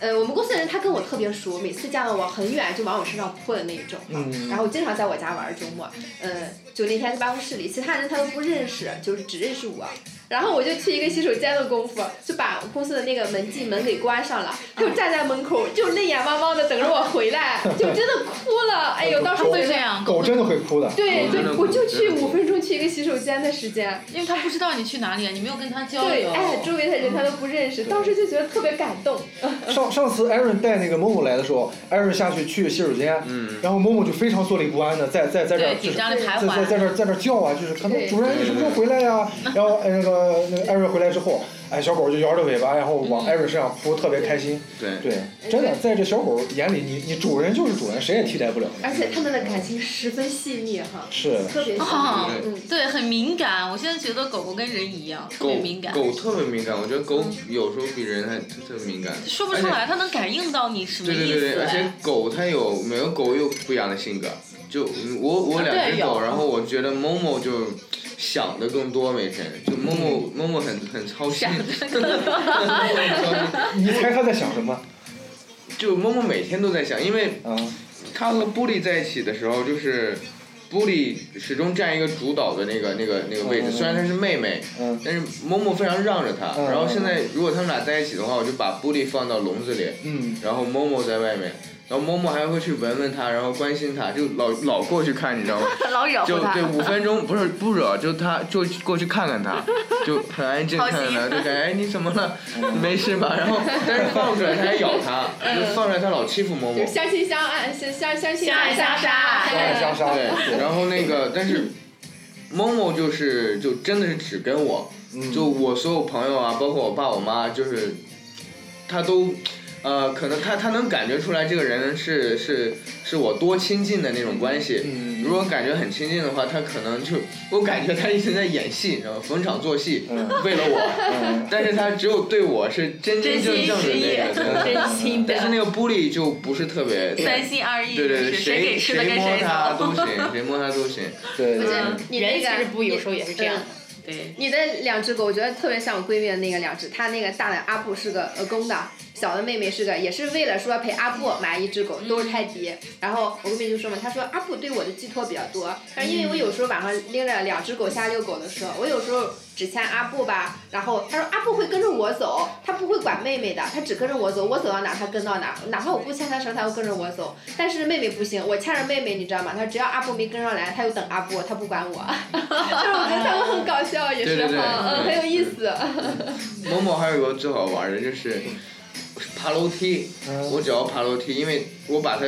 [SPEAKER 4] 呃，我们公司的人他跟我特别熟，每次见到我很远就往我身上扑的那一种，
[SPEAKER 1] 嗯
[SPEAKER 4] 然后经常在我家玩儿周末，呃，就那天在办公室里，其他人他都不认识，就是只认识我，然后我就去一个洗手间的功夫，就把公司的那个门禁门给关上了，就站在门口，就泪眼汪汪的等着我回来，就真的哭了。哎呦，当时
[SPEAKER 2] 他
[SPEAKER 4] 我
[SPEAKER 2] 哦会
[SPEAKER 4] 觉
[SPEAKER 2] 这
[SPEAKER 4] 得，
[SPEAKER 2] 样，
[SPEAKER 1] 狗真的会哭的。
[SPEAKER 4] 对
[SPEAKER 5] 狗真的
[SPEAKER 4] 对，
[SPEAKER 5] 哭
[SPEAKER 4] 我就去
[SPEAKER 5] 真的哭
[SPEAKER 4] 五分钟去一个洗手间的时间，
[SPEAKER 2] 因为他不知道你去哪里，啊你没有跟他交
[SPEAKER 4] 对，
[SPEAKER 2] 流。
[SPEAKER 4] 哎，周围的人他都不认识，当时就觉得特别感动。
[SPEAKER 1] 上上次艾润带那个某某来的时候，艾润下去去洗手间，
[SPEAKER 5] 嗯，
[SPEAKER 1] 然后某某就非常坐立不安的在在在这儿
[SPEAKER 2] 对，
[SPEAKER 1] 就
[SPEAKER 2] 紧
[SPEAKER 1] 是。
[SPEAKER 2] 张的徘
[SPEAKER 1] 在在
[SPEAKER 2] 徊。
[SPEAKER 1] 在这儿在这儿叫啊，就是看到
[SPEAKER 4] 对
[SPEAKER 1] 主人你什么时候回来呀、然后哎那个那个艾瑞回来之后，哎小狗就摇着尾巴，然后
[SPEAKER 2] 嗯
[SPEAKER 1] 往艾瑞身上扑，特别开心。
[SPEAKER 5] 对，
[SPEAKER 1] 对，真的，在这小狗眼里，你你主人就是主人，谁也替代不了。
[SPEAKER 4] 而且他们的感情十分细腻哈，
[SPEAKER 1] 是，
[SPEAKER 4] 特别细
[SPEAKER 2] 啊
[SPEAKER 4] 腻。嗯，
[SPEAKER 2] 对，很敏感。我现在觉得狗狗跟人一样，特
[SPEAKER 5] 狗
[SPEAKER 2] 别敏感，
[SPEAKER 5] 狗特别敏感，我觉得狗有时候比人还特别敏感。
[SPEAKER 2] 说不出来，它能感应到你什么
[SPEAKER 5] 对对
[SPEAKER 2] 意
[SPEAKER 5] 对对，
[SPEAKER 2] 思。哎
[SPEAKER 5] 而且狗它有每个狗有不一样的性格，就嗯我
[SPEAKER 2] 啊
[SPEAKER 5] 我两只
[SPEAKER 3] 对有
[SPEAKER 5] 狗，然后我觉得 Momo 就想的更多，每天
[SPEAKER 2] 嗯
[SPEAKER 5] 就 Momo Momo 很很操心，
[SPEAKER 1] 你猜它在想什么？
[SPEAKER 5] 就 Momo 每天都在想，因为
[SPEAKER 1] 啊，
[SPEAKER 5] 它和玻璃在一起的时候就是。玻璃始终占一个主导的那个、那个、那个
[SPEAKER 2] 哦
[SPEAKER 5] 位置，
[SPEAKER 1] 嗯
[SPEAKER 5] 虽然她是妹妹，
[SPEAKER 1] 嗯
[SPEAKER 5] 但是 Momo 非常让着她。
[SPEAKER 1] 嗯
[SPEAKER 5] 然后现在，如果他们俩在一起的话，我就把玻璃放到笼子里，
[SPEAKER 1] 嗯
[SPEAKER 5] 然后 Momo 在外面，然后默默还会去闻闻它，然后关心它，就老老过去看，你知道吗？
[SPEAKER 2] 老惹
[SPEAKER 5] 就
[SPEAKER 2] 乎他
[SPEAKER 5] 对，五分钟不是不惹，就他就过去看看他，就很安静
[SPEAKER 2] 好
[SPEAKER 5] 看
[SPEAKER 2] 奇
[SPEAKER 5] 看他，就感觉哎你怎么了？没事吧？然后但是放出来他还咬他，就放出来他老欺负某某
[SPEAKER 4] 就。是相亲相爱，相相相亲
[SPEAKER 3] 相爱
[SPEAKER 4] 相
[SPEAKER 3] 相杀
[SPEAKER 4] 杀
[SPEAKER 1] 相爱相杀，
[SPEAKER 5] 对，然后 那个但是某某就是就真的是只跟我，
[SPEAKER 1] 嗯
[SPEAKER 5] 就我所有朋友啊，包括我爸我妈，就是他都。呃，可能他他能感觉出来这个人是是是我多亲近的那种关系，
[SPEAKER 1] 嗯
[SPEAKER 5] 如果感觉很亲近的话，他可能就我感觉他一直在演戏，你知道吗？逢场作戏，
[SPEAKER 1] 嗯
[SPEAKER 5] 为了 我。
[SPEAKER 1] 嗯
[SPEAKER 5] 但是他只有对我是真真正正的那个，对
[SPEAKER 3] 真心
[SPEAKER 5] 但是
[SPEAKER 3] 的。
[SPEAKER 5] 那个玻璃就不是特别，
[SPEAKER 2] 三
[SPEAKER 5] 对
[SPEAKER 2] 心二意，
[SPEAKER 5] 对对，
[SPEAKER 2] 是谁
[SPEAKER 5] 谁
[SPEAKER 2] 给吃的跟
[SPEAKER 5] 摸
[SPEAKER 2] 谁
[SPEAKER 5] 他都
[SPEAKER 2] 走。
[SPEAKER 5] 行，谁摸他都 行。
[SPEAKER 1] 对
[SPEAKER 4] 我
[SPEAKER 1] 对对
[SPEAKER 4] 觉得嗯你
[SPEAKER 3] 人
[SPEAKER 4] 那
[SPEAKER 3] 其
[SPEAKER 4] 个
[SPEAKER 3] 实不有时候也是这样的。
[SPEAKER 2] 对，
[SPEAKER 4] 你的两只狗，我觉得特别像我闺蜜的那个两只，她那个大的阿布是个呃公的，小的妹妹是个，也是为了说陪阿布买一只狗，都是泰迪。然后我闺蜜就说嘛，她说阿布对我的寄托比较多，但是因为我有时候晚上拎着两只狗下遛狗的时候，我有时候只牵阿布吧，然后她说阿布会跟着我走，她不会管妹妹的，她只跟着我走，我走到哪她跟到哪，哪怕我不牵她绳，她会跟着我走。但是妹妹不行，我牵着妹妹，你知道吗？她只要阿布没跟上来，她就等阿布，她不管我。就是我觉得他们很搞笑，也是
[SPEAKER 5] 对对对
[SPEAKER 4] 哈，嗯，
[SPEAKER 5] 对
[SPEAKER 4] 很有意思。
[SPEAKER 5] 某某还有个最好玩的就是爬楼梯，
[SPEAKER 1] 嗯
[SPEAKER 5] 我只要爬楼梯，因为我把它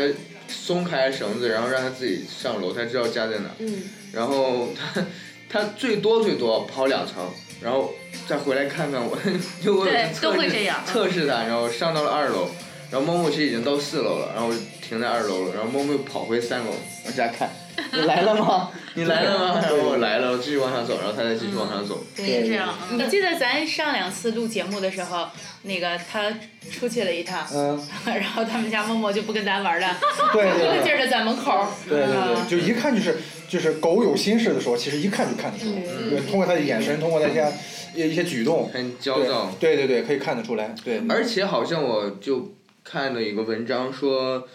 [SPEAKER 5] 松开绳子，然后让它自己上楼，它知道家在哪。
[SPEAKER 4] 嗯，
[SPEAKER 5] 然后 他他最多最多跑两层，然后再回来看看我， 就我有
[SPEAKER 2] 对
[SPEAKER 5] 次
[SPEAKER 2] 都
[SPEAKER 5] 测
[SPEAKER 2] 会
[SPEAKER 5] 试
[SPEAKER 2] 这样
[SPEAKER 5] 测试他，然后上到了二楼，然后猫猫其实已经到四楼了，然后我就停在二楼了，然后猫猫又跑回三楼往下看，你来了吗？你来了吗？然后我来了，我继续往上走，然后它再继续往上走。
[SPEAKER 2] 是这样。
[SPEAKER 3] 你记得咱上两次录节目的时候，那个他出去了一趟，
[SPEAKER 1] 嗯，
[SPEAKER 3] 然后他们家默默就不跟咱玩了，
[SPEAKER 1] 对
[SPEAKER 3] 一
[SPEAKER 1] 对
[SPEAKER 3] 个
[SPEAKER 5] 啊
[SPEAKER 3] 劲
[SPEAKER 1] 对。
[SPEAKER 3] 儿的在门口儿。
[SPEAKER 1] 对对对，
[SPEAKER 3] 啊
[SPEAKER 1] 就一看就是就是狗有心事的时候，其实一看就看得出来，
[SPEAKER 4] 嗯
[SPEAKER 1] 对，通过它的眼神，通过它一些一些举动，
[SPEAKER 5] 很焦躁
[SPEAKER 1] 对，对对对，可以看得出来，对，
[SPEAKER 5] 而且好像我就看了一个文章说，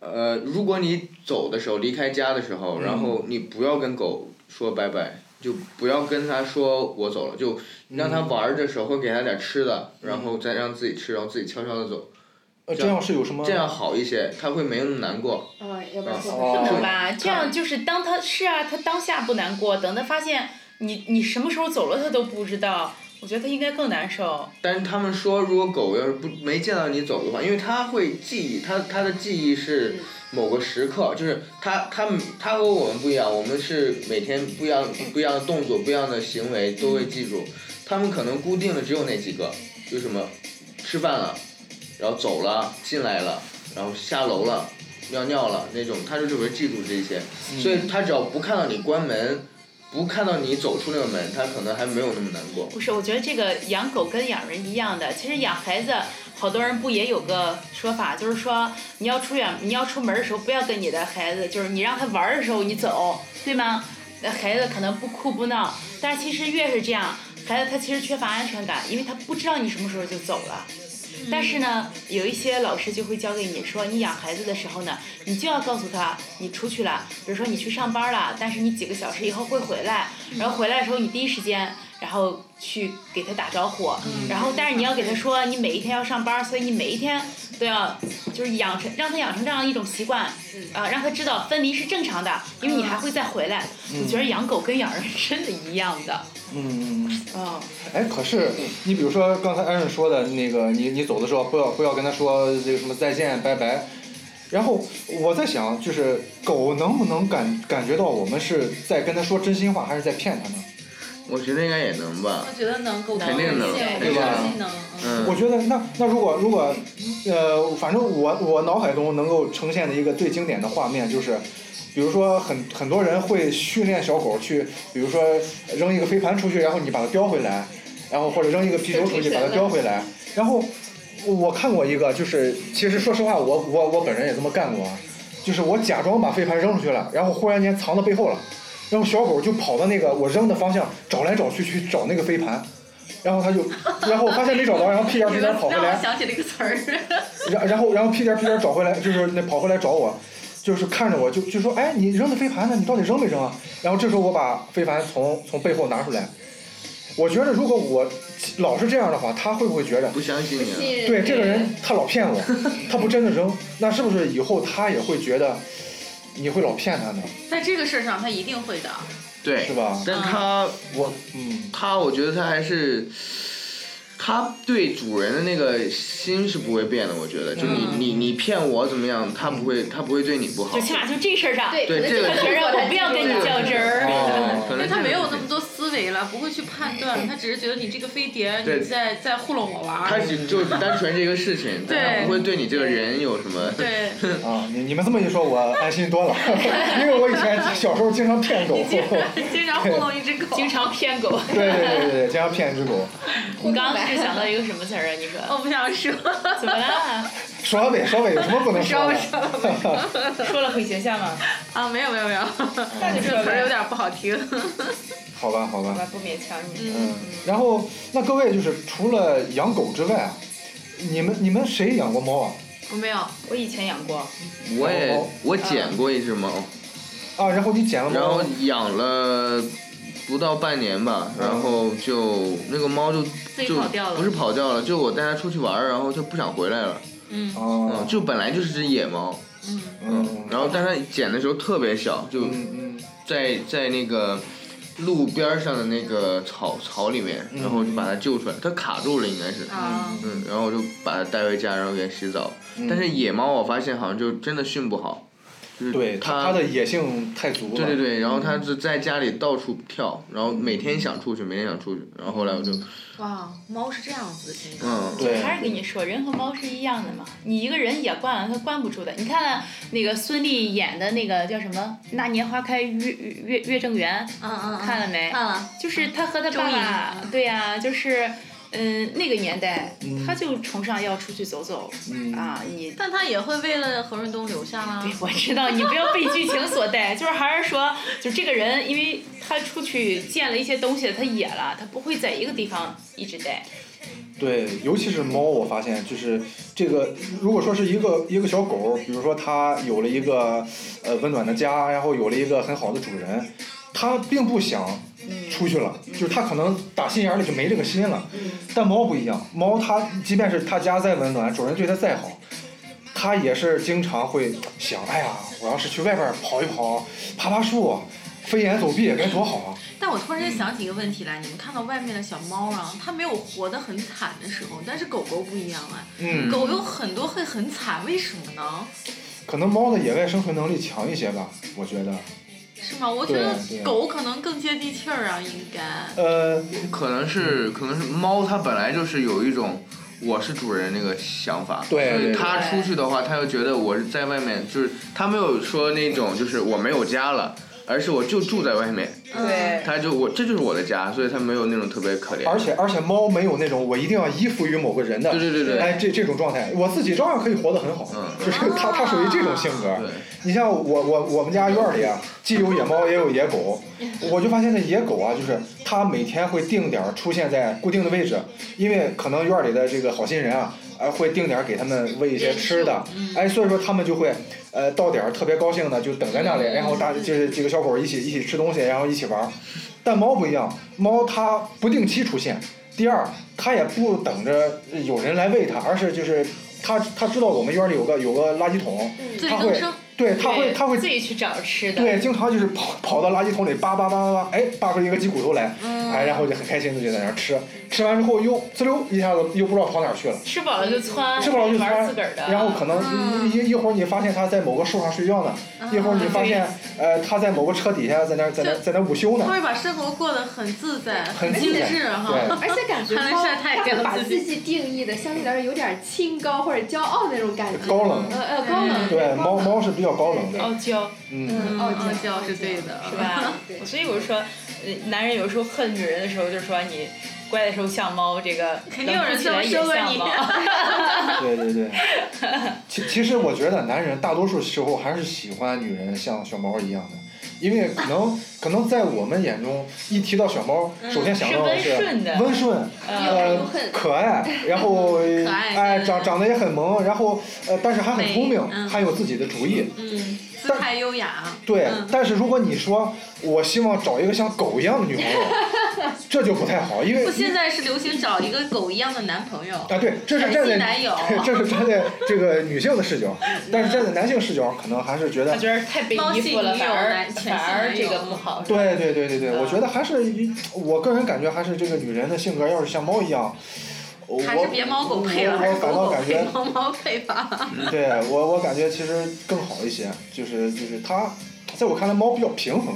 [SPEAKER 5] 呃，如果你走的时候离开家的时候，然后你不要跟狗说拜拜，就不要跟它说我走了，就让它玩儿的时候会给它点儿吃的，然后再让自己吃，然后自己悄悄的走，
[SPEAKER 1] 呃这样是有什么
[SPEAKER 5] 这样好一些，它会没那么难过。
[SPEAKER 4] 啊，要不然做
[SPEAKER 1] 哦
[SPEAKER 3] 是吧？啊这样就是当他是啊，他当下不难过，等他发现你你什么时候走了，他都不知道。我觉得他应该更难受。
[SPEAKER 5] 但是他们说，如果狗要是不没见到你走的话，因为它会记忆，它它的记忆是某个时刻，就是它它它和我们不一样，我们是每天不一样不一样的动作、不一样的行为都会记住，他们可能固定的只有那几个，就什么吃饭了，然后走了，进来了，然后下楼了，尿尿了那种，它就只会记住这些，所以它只要不看到你关门，不看到你走出那个门，它可能还没有那么难过。
[SPEAKER 3] 不是，我觉得这个养狗跟养人一样的，其实养孩子，好多人不也有个说法，就是说你要出远，你要出门的时候，不要跟你的孩子，就是你让他玩儿的时候你走，对吗？那孩子可能不哭不闹，但是其实越是这样，孩子他其实缺乏安全感，因为他不知道你什么时候就走了。但是呢，有一些老师就会教给你说，你养孩子的时候呢，你就要告诉他你出去了，比如说你去上班了，但是你几个小时以后会回来，然后回来的时候你第一时间，然后去给他打招呼，然后但是你要给他说你每一天要上班，所以你每一天都要就是养成让他养成这样一种习惯，啊、让他知道分离是正常的，因为你还会再回来。我觉得养狗跟养人真的一样的，
[SPEAKER 1] 嗯嗯嗯。
[SPEAKER 3] 嗯，
[SPEAKER 1] 哎，可是你比如说刚才安顺说的那个，你你走的时候不要不要跟他说这个什么再见拜拜。然后我在想，就是狗能不能感感觉到我们是在跟他说真心话，还是在骗他呢？
[SPEAKER 5] 我觉得应该也能吧。
[SPEAKER 6] 我觉得能够
[SPEAKER 3] 肯定能
[SPEAKER 5] 对吧
[SPEAKER 6] 能。
[SPEAKER 5] 嗯
[SPEAKER 1] 我觉得那那如果如果呃，反正我我脑海中能够呈现的一个最经典的画面就是，比如说很很多人会训练小狗去，比如说扔一个飞盘出去，然后你把它叼回来，然后或者扔一个皮球出去把它叼回来，然后我我看过一个，就是其实说实话，我我我本人也这么干过，啊，就是我假装把飞盘扔出去了，然后忽然间藏到背后了，然后小狗就跑到那个我扔的方向找来找去去找那个飞盘。然后它就，然后我发现没找着，然后屁颠儿屁颠儿跑回
[SPEAKER 2] 让
[SPEAKER 1] 来
[SPEAKER 2] 我，想起了一个词儿，
[SPEAKER 1] 然然后然后屁颠儿屁颠儿找回来，就是那跑回来找我，就是看着我就就说，哎，你扔的飞盘呢？你到底扔没扔啊？然后这时候我把飞盘从从背后拿出来，我觉得如果我老是这样的话，他会不会觉得
[SPEAKER 5] 不相信你啊，
[SPEAKER 4] 信
[SPEAKER 1] 对这个人他老骗 我，他不真的扔，那是不是以后他也会觉得你会老骗他呢？
[SPEAKER 2] 在这个事儿上，他一定会的。
[SPEAKER 5] 对，
[SPEAKER 1] 是吧
[SPEAKER 5] 但他我
[SPEAKER 1] 嗯
[SPEAKER 5] 他，我觉得他还是。他对主人的那个心是不会变的，我觉得，就你
[SPEAKER 2] 嗯
[SPEAKER 5] 你你骗我怎么样，他不会他不会对你不 好
[SPEAKER 3] 就，起码就这事儿上，
[SPEAKER 4] 对
[SPEAKER 5] 对
[SPEAKER 4] 可能
[SPEAKER 5] 这
[SPEAKER 4] 个
[SPEAKER 5] 个
[SPEAKER 3] 他觉
[SPEAKER 4] 是
[SPEAKER 3] 着我不要跟你较真 儿。
[SPEAKER 1] 哦
[SPEAKER 5] 可
[SPEAKER 2] 因为
[SPEAKER 5] 能
[SPEAKER 2] 他
[SPEAKER 5] 这
[SPEAKER 2] 没
[SPEAKER 5] 个
[SPEAKER 2] 有
[SPEAKER 5] 是
[SPEAKER 2] 那么多思维了，不会去判断，他只是觉得你这个飞碟
[SPEAKER 5] 对
[SPEAKER 2] 你在在糊弄我玩
[SPEAKER 5] 他
[SPEAKER 2] 儿。
[SPEAKER 5] 只就单纯这个事 情，
[SPEAKER 2] 对
[SPEAKER 5] 但他不会对你这个人有什么。
[SPEAKER 2] 对，
[SPEAKER 1] 啊，你你们这么一说，我安心 多了，因为我以前小时候经常骗狗，对
[SPEAKER 2] 经常糊弄一只狗。
[SPEAKER 3] 经常骗 狗，
[SPEAKER 1] 对对对对，经常骗一只狗，
[SPEAKER 3] 你刚刚是想到一个什么词儿啊？你说
[SPEAKER 2] 我不想说，
[SPEAKER 3] 怎么 了？
[SPEAKER 1] 说呗说呗，有什么不能说的？
[SPEAKER 3] 说了会形象吗？
[SPEAKER 2] 啊，没有没有没有，
[SPEAKER 3] 那就
[SPEAKER 2] 这
[SPEAKER 3] 说
[SPEAKER 2] 个词儿
[SPEAKER 3] 呗
[SPEAKER 2] 有点不好听。
[SPEAKER 1] 好吧好吧
[SPEAKER 3] 好，吧，不勉强你。
[SPEAKER 1] 嗯，然后那各位就是除了养狗之外啊，你们你们谁养过猫啊？
[SPEAKER 2] 我没有，
[SPEAKER 3] 我以前养过，
[SPEAKER 5] 我也我捡过一只猫，
[SPEAKER 1] 啊，然后你捡了
[SPEAKER 5] 然后
[SPEAKER 1] 猫，
[SPEAKER 5] 养了不到半年吧，然后就那个猫就
[SPEAKER 2] 自己
[SPEAKER 5] 就
[SPEAKER 2] 跑掉了
[SPEAKER 5] 不是跑掉了，就我带它出去玩儿，然后它不想回来了。
[SPEAKER 2] 嗯
[SPEAKER 5] 嗯，
[SPEAKER 1] 啊，
[SPEAKER 5] 就本来就是只野猫，
[SPEAKER 2] 嗯，
[SPEAKER 5] 嗯，然后但它捡的时候特别小，就
[SPEAKER 1] 嗯嗯
[SPEAKER 5] 在在那个。路边儿上的那个草草里面，然
[SPEAKER 1] 嗯
[SPEAKER 5] 后就把它救出来，它卡住了应该是，
[SPEAKER 2] 啊，
[SPEAKER 5] 嗯，然后我就把它带回家，然后给它洗澡。
[SPEAKER 1] 嗯
[SPEAKER 5] 但是野猫我发现好像就真的训不好，就是
[SPEAKER 1] 对，它
[SPEAKER 5] 它
[SPEAKER 1] 的嗯野性太足了，
[SPEAKER 5] 对对对，然后它就在家里到处跳，然后每天想出去，每天想出去，然后后来我就
[SPEAKER 2] 哇，猫是这样子的性格。
[SPEAKER 5] 嗯，
[SPEAKER 1] 对
[SPEAKER 3] 还是跟你说，人和猫是一样的嘛，你一个人也惯了，它惯不住的。你看看那个孙俪演的那个叫什么《那年花开月月月正圆》，
[SPEAKER 2] 嗯嗯，嗯
[SPEAKER 3] 看了没？
[SPEAKER 2] 看了，
[SPEAKER 3] 就是他和他
[SPEAKER 2] 终
[SPEAKER 3] 爸
[SPEAKER 2] 于
[SPEAKER 3] 爸，对呀、就是。嗯，那个年代，他就崇尚要出去走走、
[SPEAKER 1] 嗯
[SPEAKER 3] 啊！你
[SPEAKER 2] 但他也会为了何润东留下啊啦
[SPEAKER 3] 对。，我知道你不要被剧情所带，就是还是说，就这个人，因为他出去见了一些东西，他野了，他不会在一个地方一直待。
[SPEAKER 1] 对，尤其是猫，我发现就是这个，如果说是一个一个小狗，比如说它有了一个呃温暖的家，然后有了一个很好的主人，它并不想出去了，就是它可能打心眼儿里就没这个心了。但猫不一样，猫它即便是它家再温暖，主人对它再好。它也是经常会想，哎呀，我要是去外边儿跑一跑，爬爬树，啊飞檐走壁，该多好啊！
[SPEAKER 2] 但我突然间想起一个问题来，你们看到外面的小猫啊，它没有活得很惨的时候，但是狗狗不一样啊，
[SPEAKER 1] 嗯，
[SPEAKER 2] 狗有很多会很惨，为什么呢？
[SPEAKER 1] 可能猫的野外生存能力强一些吧，我觉得。
[SPEAKER 2] 是吗？我觉
[SPEAKER 1] 对啊
[SPEAKER 2] 得
[SPEAKER 1] 对
[SPEAKER 2] 狗可能更接地气儿啊，应该。
[SPEAKER 1] 呃，
[SPEAKER 5] 可能
[SPEAKER 1] 嗯
[SPEAKER 5] 是可能是猫，它本来就是有一种我是主人那个想法，
[SPEAKER 1] 对
[SPEAKER 5] 所
[SPEAKER 1] 对
[SPEAKER 5] 以它出去的话，它又觉得我是在外面，就是它没有说那种就是我没有家了，而是我就住在外面，
[SPEAKER 2] 对
[SPEAKER 4] 嗯
[SPEAKER 5] 它就我这就是我的家，所以它没有那种特别可怜。
[SPEAKER 1] 而且而且猫没有那种我一定要依附于某个人的，
[SPEAKER 5] 对对对对
[SPEAKER 1] 哎这这种状态，我自己照样可以活得很好，
[SPEAKER 5] 嗯
[SPEAKER 1] 就是它它属于这种性格。
[SPEAKER 5] 对
[SPEAKER 1] 你像我我我们家院儿里啊，既有野猫也有野狗，我就发现那野狗啊，就是它每天会定点儿出现在固定的位置，因为可能院儿里的这个好心人啊，哎会定点儿给它们喂一些吃的，哎所以说它们就会呃到点儿特别高兴的就等在那里，然后大就是几个小狗一起一起吃东西，然后一起玩儿。但猫不一样，猫它不定期出现。第二，它也不等着有人来喂它，而是就是它它知道我们院儿里有个有个垃圾桶，
[SPEAKER 2] 自力
[SPEAKER 1] 它
[SPEAKER 2] 更
[SPEAKER 1] 会
[SPEAKER 2] 生，
[SPEAKER 1] 对它会
[SPEAKER 3] 对
[SPEAKER 1] 它会
[SPEAKER 3] 自己去找吃的。
[SPEAKER 1] 对，经常就是跑 跑到垃圾桶里扒扒扒扒扒，哎，扒出一个鸡骨头来，
[SPEAKER 3] 嗯
[SPEAKER 1] 哎，然后就很开心的就在那儿吃，吃完之后又滋溜一下子又不知道跑哪儿去了。
[SPEAKER 3] 吃饱了就窜，
[SPEAKER 1] 吃饱了就
[SPEAKER 3] 嗯玩
[SPEAKER 1] 窜
[SPEAKER 3] 自个儿，的。嗯
[SPEAKER 1] 然后可能一一一会儿你发现它在某个树上睡觉呢，一会儿你发现呃它在某个车底下在那儿在那儿在那儿午休呢
[SPEAKER 2] 它，会把生活过得很自在、
[SPEAKER 1] 很自
[SPEAKER 2] 精
[SPEAKER 1] 在
[SPEAKER 2] 致
[SPEAKER 1] 对
[SPEAKER 3] 啊
[SPEAKER 2] 哈。
[SPEAKER 4] 而且感觉
[SPEAKER 2] 还能
[SPEAKER 4] 猫
[SPEAKER 2] 晒太
[SPEAKER 4] 它
[SPEAKER 2] 阳
[SPEAKER 4] 会把
[SPEAKER 2] 自
[SPEAKER 4] 自己定义的相对来说有点清高或者骄傲的那种感觉，
[SPEAKER 1] 高冷
[SPEAKER 4] 呃呃高冷，
[SPEAKER 1] 对，猫
[SPEAKER 4] 高冷
[SPEAKER 1] 猫是比较高冷的，
[SPEAKER 3] 傲娇
[SPEAKER 1] 嗯，
[SPEAKER 2] 嗯
[SPEAKER 4] 傲娇
[SPEAKER 2] 傲娇是对的，
[SPEAKER 3] 是 吧
[SPEAKER 4] 对？
[SPEAKER 3] 所以我说，呃男人有时候恨女人的时候，就说你乖的时候像猫，这个
[SPEAKER 2] 肯定有人这
[SPEAKER 3] 冷
[SPEAKER 2] 么
[SPEAKER 3] 不起
[SPEAKER 2] 说过
[SPEAKER 3] 来也像
[SPEAKER 2] 你
[SPEAKER 3] 猫
[SPEAKER 1] 对对对。其其实我觉得男人大多数时候还是喜欢女人像小猫一样的，因为可能可能在我们眼中，一提到小猫，首先想到的
[SPEAKER 3] 嗯是
[SPEAKER 1] 是
[SPEAKER 3] 温顺的
[SPEAKER 1] 温顺，
[SPEAKER 4] 又爱
[SPEAKER 1] 呃
[SPEAKER 4] 又恨，
[SPEAKER 1] 可爱，然后
[SPEAKER 2] 爱
[SPEAKER 1] 哎
[SPEAKER 2] 对
[SPEAKER 1] 长长得也很萌，然后呃但是还很聪明
[SPEAKER 2] 美，嗯
[SPEAKER 1] 还有自己的主意。
[SPEAKER 2] 嗯，姿
[SPEAKER 1] 但
[SPEAKER 2] 态优雅。
[SPEAKER 1] 对
[SPEAKER 2] 嗯，
[SPEAKER 1] 但是如果你说我希望找一个像狗一样的女朋友，这就不太好，因为
[SPEAKER 2] 不，现在是流行找一个狗一样的男朋友，
[SPEAKER 1] 啊，对，这是站在
[SPEAKER 2] 海西 男友
[SPEAKER 1] 这是站在这个女性的视 角，但是站在男性视角，可能还是觉得
[SPEAKER 3] 他觉得太被
[SPEAKER 2] 猫
[SPEAKER 3] 依
[SPEAKER 2] 系
[SPEAKER 3] 附了，
[SPEAKER 2] 女
[SPEAKER 3] 反
[SPEAKER 2] 友
[SPEAKER 3] 而
[SPEAKER 2] 男全系
[SPEAKER 3] 反而
[SPEAKER 2] 男
[SPEAKER 3] 这
[SPEAKER 2] 友
[SPEAKER 3] 个不好。是吧
[SPEAKER 1] 对对对对对，我觉得
[SPEAKER 2] 嗯
[SPEAKER 1] 还是一，我个人感觉还是这个女人的性格，要是像猫一样，我
[SPEAKER 2] 还是别猫狗配了，
[SPEAKER 1] 我
[SPEAKER 2] 还
[SPEAKER 1] 我
[SPEAKER 2] 是
[SPEAKER 1] 反
[SPEAKER 2] 狗
[SPEAKER 1] 倒
[SPEAKER 2] 狗
[SPEAKER 1] 感
[SPEAKER 2] 配
[SPEAKER 1] 觉，
[SPEAKER 2] 猫猫配吧。
[SPEAKER 1] 对我我感觉其实更好一些，就是就是它，在我看来猫比较平衡，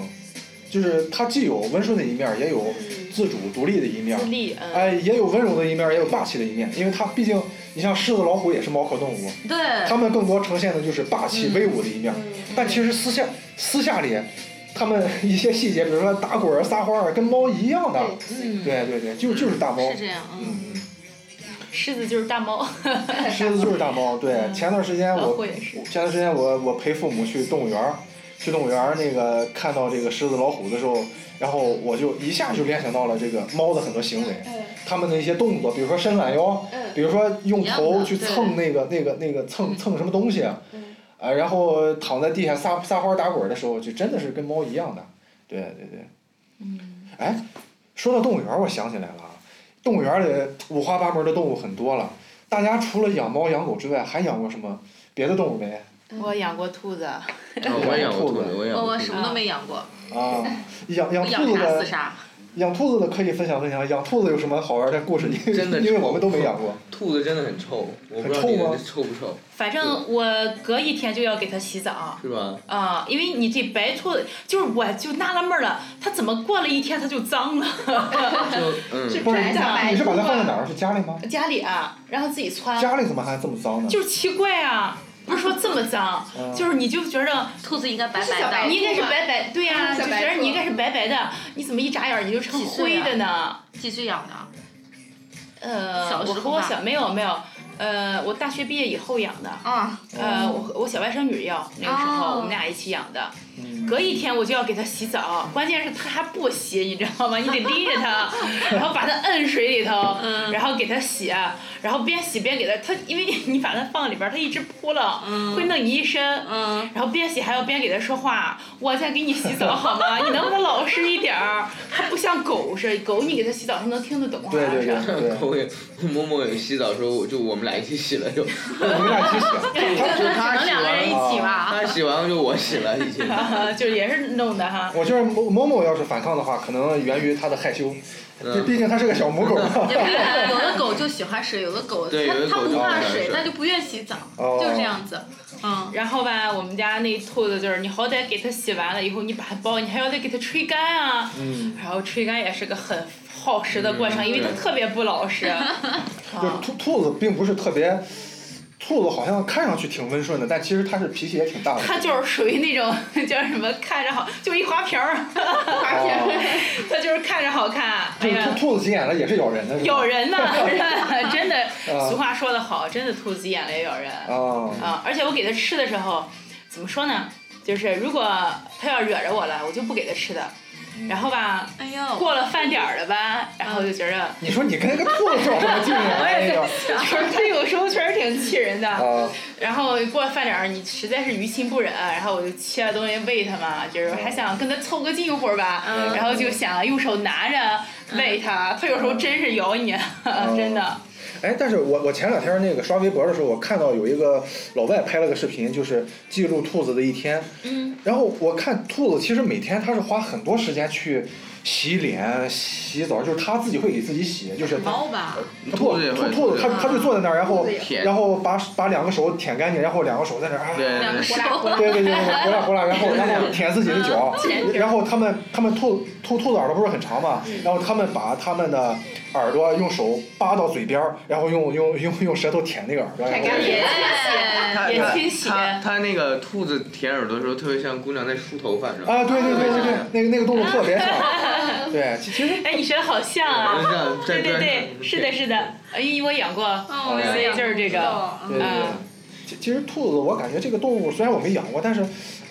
[SPEAKER 1] 就是它既有温顺的一面儿，也有
[SPEAKER 4] 嗯
[SPEAKER 1] 自主独立的一面儿
[SPEAKER 3] 自，立，嗯，
[SPEAKER 1] 哎，也有温柔的一面儿，也有霸气的一面，因为它毕竟你像狮子、老虎也是猫科动物，
[SPEAKER 2] 对，嗯
[SPEAKER 1] 它们更多呈现的就是霸气威武的一面儿，但其实私下私下里。它们一些细节，比如说打滚儿、撒欢儿，跟猫一样的。
[SPEAKER 4] 对，
[SPEAKER 2] 嗯，
[SPEAKER 1] 对对对，就就是大猫，
[SPEAKER 2] 是这样，嗯。
[SPEAKER 1] 嗯，
[SPEAKER 3] 狮子就是大猫，
[SPEAKER 1] 狮子就是大猫。对，前段时间
[SPEAKER 3] 老
[SPEAKER 1] 我，
[SPEAKER 3] 虎也是。
[SPEAKER 1] 前段时间我我陪父母去动物园儿，去动物园儿那个看到这个狮子、老虎的时候，然后我就一下就联想到了这个猫的很多行为，它们的一些动作，比如说伸懒腰，
[SPEAKER 4] 嗯
[SPEAKER 1] 比如说用
[SPEAKER 2] 一样的
[SPEAKER 1] 头去蹭那个那个那个蹭蹭什么东西，
[SPEAKER 4] 嗯
[SPEAKER 1] 啊，然后躺在地下撒撒欢儿打滚儿的时候，就真的是跟猫一样的。对对对。嗯。哎，说到动物园儿，我想起来了啊，动物园儿里五花八门的动物很多了。大家除了养猫养狗之外，还养过什么别的动物没？
[SPEAKER 3] 我养过兔子，
[SPEAKER 5] 嗯我也养过兔子，我也养
[SPEAKER 2] 我
[SPEAKER 5] 过
[SPEAKER 2] 我
[SPEAKER 5] 兔子
[SPEAKER 2] 什。么都没养过，
[SPEAKER 1] 啊，养
[SPEAKER 2] 我
[SPEAKER 1] 养
[SPEAKER 2] 养
[SPEAKER 1] 兔子
[SPEAKER 2] 啥死
[SPEAKER 1] 的，
[SPEAKER 2] 啥。
[SPEAKER 1] 养兔子的可以分享分享，养兔子有什么好玩的故事？因为
[SPEAKER 5] 真的
[SPEAKER 1] 因为
[SPEAKER 5] 臭
[SPEAKER 1] 我们都没养过。
[SPEAKER 5] 兔子真的很臭，我不知道
[SPEAKER 1] 很臭
[SPEAKER 5] 你
[SPEAKER 1] 吗
[SPEAKER 5] 们臭不臭，
[SPEAKER 3] 反正我隔一天就要给它洗澡。
[SPEAKER 5] 是吧？
[SPEAKER 3] 啊、因为你这白兔，就是我就纳了闷儿了，它怎么过了一天它就脏了？
[SPEAKER 5] 就 嗯，
[SPEAKER 4] 是
[SPEAKER 1] 不是
[SPEAKER 4] 白的白
[SPEAKER 1] 你是把它放在
[SPEAKER 4] 的。
[SPEAKER 1] 哪儿？是家里吗？
[SPEAKER 3] 家里啊，然后自己窜，
[SPEAKER 1] 家里怎么还这么脏呢？
[SPEAKER 3] 就是奇怪啊，不是说这么
[SPEAKER 2] 啊
[SPEAKER 3] 脏，
[SPEAKER 1] 嗯
[SPEAKER 3] 就是你就觉着
[SPEAKER 2] 兔子应该白
[SPEAKER 4] 是小
[SPEAKER 2] 白
[SPEAKER 4] 白
[SPEAKER 2] 的，
[SPEAKER 3] 你应该是白白，对呀、
[SPEAKER 4] 啊
[SPEAKER 3] 就
[SPEAKER 4] 小
[SPEAKER 3] 觉
[SPEAKER 4] 白
[SPEAKER 3] 得
[SPEAKER 4] 兔
[SPEAKER 3] 你应该是白白的，你怎么一眨眼儿你就成
[SPEAKER 2] 几岁
[SPEAKER 3] 灰
[SPEAKER 2] 啊
[SPEAKER 3] 的呢？
[SPEAKER 2] 几岁养的？
[SPEAKER 3] 呃，
[SPEAKER 2] 小时
[SPEAKER 3] 我
[SPEAKER 2] 候
[SPEAKER 3] 和我
[SPEAKER 2] 吧
[SPEAKER 3] 小没有没有，呃，我大学毕业以后养的，
[SPEAKER 2] 啊，
[SPEAKER 3] 呃，
[SPEAKER 1] 哦
[SPEAKER 3] 我和我小外甥女要那个时候、
[SPEAKER 2] 哦
[SPEAKER 3] 我们俩一起养的，
[SPEAKER 1] 嗯
[SPEAKER 3] 隔一天我就要给它洗澡，关键是它还不洗，你知道吗？你得拎着它， 然后把它摁水里头，
[SPEAKER 2] 嗯
[SPEAKER 3] 然后给它洗，啊然后边洗边给它，它因为你把它放里边儿，它一直扑棱，会弄你一身。
[SPEAKER 2] 嗯，
[SPEAKER 3] 然后边洗还要边给它说话，我在给你洗 澡好吗？你能不能老实一点儿？它不像狗似的，狗你给它洗澡它能听得 懂好
[SPEAKER 1] 对对
[SPEAKER 3] 像是。
[SPEAKER 1] 对对。
[SPEAKER 5] 我也默默有洗澡的时候，我就我们俩一起洗 了，就
[SPEAKER 1] 我们俩一起洗，
[SPEAKER 5] 就他
[SPEAKER 2] 可能
[SPEAKER 5] 洗
[SPEAKER 2] 两个人一
[SPEAKER 5] 完，
[SPEAKER 2] 起
[SPEAKER 1] 啊
[SPEAKER 2] 吧。
[SPEAKER 5] 他洗完就我洗了，已经。
[SPEAKER 3] 就也是弄的哈。
[SPEAKER 1] 我觉得某某某要是反抗的话，可能源于他的害羞，
[SPEAKER 5] 嗯
[SPEAKER 1] 毕竟他是个小母狗嘛。
[SPEAKER 2] 也不一定有的狗就喜欢水，有的狗它
[SPEAKER 5] 对有的
[SPEAKER 2] 它
[SPEAKER 5] 狗
[SPEAKER 2] 不
[SPEAKER 5] 就
[SPEAKER 2] 怕
[SPEAKER 5] 喜欢
[SPEAKER 2] 水，
[SPEAKER 5] 水
[SPEAKER 2] 它就不愿洗澡，
[SPEAKER 1] 哦
[SPEAKER 2] 就是这样子。嗯，
[SPEAKER 3] 然后吧，我们家那兔子就是，你好歹给它洗完了以后，你把它包，你还要再给它吹干啊。
[SPEAKER 1] 嗯，
[SPEAKER 3] 然后吹干也是个很耗时的过程，
[SPEAKER 5] 嗯
[SPEAKER 3] 因为它
[SPEAKER 5] 对
[SPEAKER 3] 特别不 老实。
[SPEAKER 1] 嗯就是
[SPEAKER 3] 啊，
[SPEAKER 1] 兔兔子并不是特别，兔子好像看上去挺温顺的，但其实它是脾气也挺大的。
[SPEAKER 3] 它就是属于那种叫什么，看着好就一花瓶儿，
[SPEAKER 4] 嗯
[SPEAKER 3] 花瓶儿，
[SPEAKER 2] 哦
[SPEAKER 3] 它就是看着好看，哎
[SPEAKER 1] 就是
[SPEAKER 3] 呀
[SPEAKER 1] 兔。兔子急眼了也是咬人的，是吧？
[SPEAKER 3] 咬人呐、真的
[SPEAKER 1] 啊，
[SPEAKER 3] 俗话说得好，真的兔子眼泪咬人。
[SPEAKER 1] 啊，
[SPEAKER 3] 啊，而且我给它吃的时候，怎么说呢？就是如果它要惹着我了，我就不给它吃的。然后吧，
[SPEAKER 2] 哎呦，
[SPEAKER 3] 过了饭点儿了吧，然后就觉着，
[SPEAKER 1] 你说你跟那个兔子较什么劲 啊？哎呀，
[SPEAKER 3] 就是它有时候确实挺气人的。
[SPEAKER 1] 啊，
[SPEAKER 3] 然后过了饭点儿，你实在是于心不忍，然后我就切了东西喂它嘛，就是还想跟它凑个近一会儿吧，
[SPEAKER 2] 嗯
[SPEAKER 3] 然后就想用手拿着喂它，它有时候真是咬你，真的。
[SPEAKER 1] 哎，但是我我前两天那个刷微博的时候，我看到有一个老外拍了个视频，就是记录兔子的一天。
[SPEAKER 2] 嗯，
[SPEAKER 1] 然后我看兔子其实每天它是花很多时间去洗脸、洗澡，就是它自己会给自己洗，就是它
[SPEAKER 2] 猫吧，
[SPEAKER 1] 兔
[SPEAKER 5] 兔子也
[SPEAKER 1] 兔
[SPEAKER 5] 会
[SPEAKER 1] 兔
[SPEAKER 5] 兔
[SPEAKER 1] 子，
[SPEAKER 5] 子
[SPEAKER 1] 它
[SPEAKER 5] 也
[SPEAKER 1] 它就坐在那儿，然后
[SPEAKER 4] 哦啊兔子也
[SPEAKER 5] 舔
[SPEAKER 1] 然后把把两个手舔干净，然后两个手在那儿啊，
[SPEAKER 5] 对
[SPEAKER 2] 两个手，
[SPEAKER 1] 对对对，对，回来回来，然后然后舔自己的脚，然后他们他们兔兔兔子耳朵不是很长嘛，然后他们把他们的耳朵用手扒到嘴边儿，然后用用用用舌头舔那个耳朵，然后
[SPEAKER 4] 舔干净
[SPEAKER 3] 也
[SPEAKER 2] 哎
[SPEAKER 3] 也清洗
[SPEAKER 5] 它它那个兔子舔耳朵的时候，特别像姑娘在梳头发，是吧？
[SPEAKER 1] 啊，对对对对对，
[SPEAKER 5] 嗯
[SPEAKER 1] 那个那个动作特别像，对，其其实
[SPEAKER 3] 哎，你学的好像
[SPEAKER 5] 我就
[SPEAKER 3] 啊！
[SPEAKER 5] 这样在
[SPEAKER 3] 对对
[SPEAKER 5] 边
[SPEAKER 3] 对，
[SPEAKER 5] 上
[SPEAKER 3] 是的，是的，因为我养过，
[SPEAKER 2] 嗯，我
[SPEAKER 4] 哦
[SPEAKER 5] 对
[SPEAKER 2] 也养
[SPEAKER 3] 就是这个
[SPEAKER 2] 过
[SPEAKER 4] 嗯
[SPEAKER 1] 对对对。其其实兔子，我感觉这个动物虽然我没养过，但是，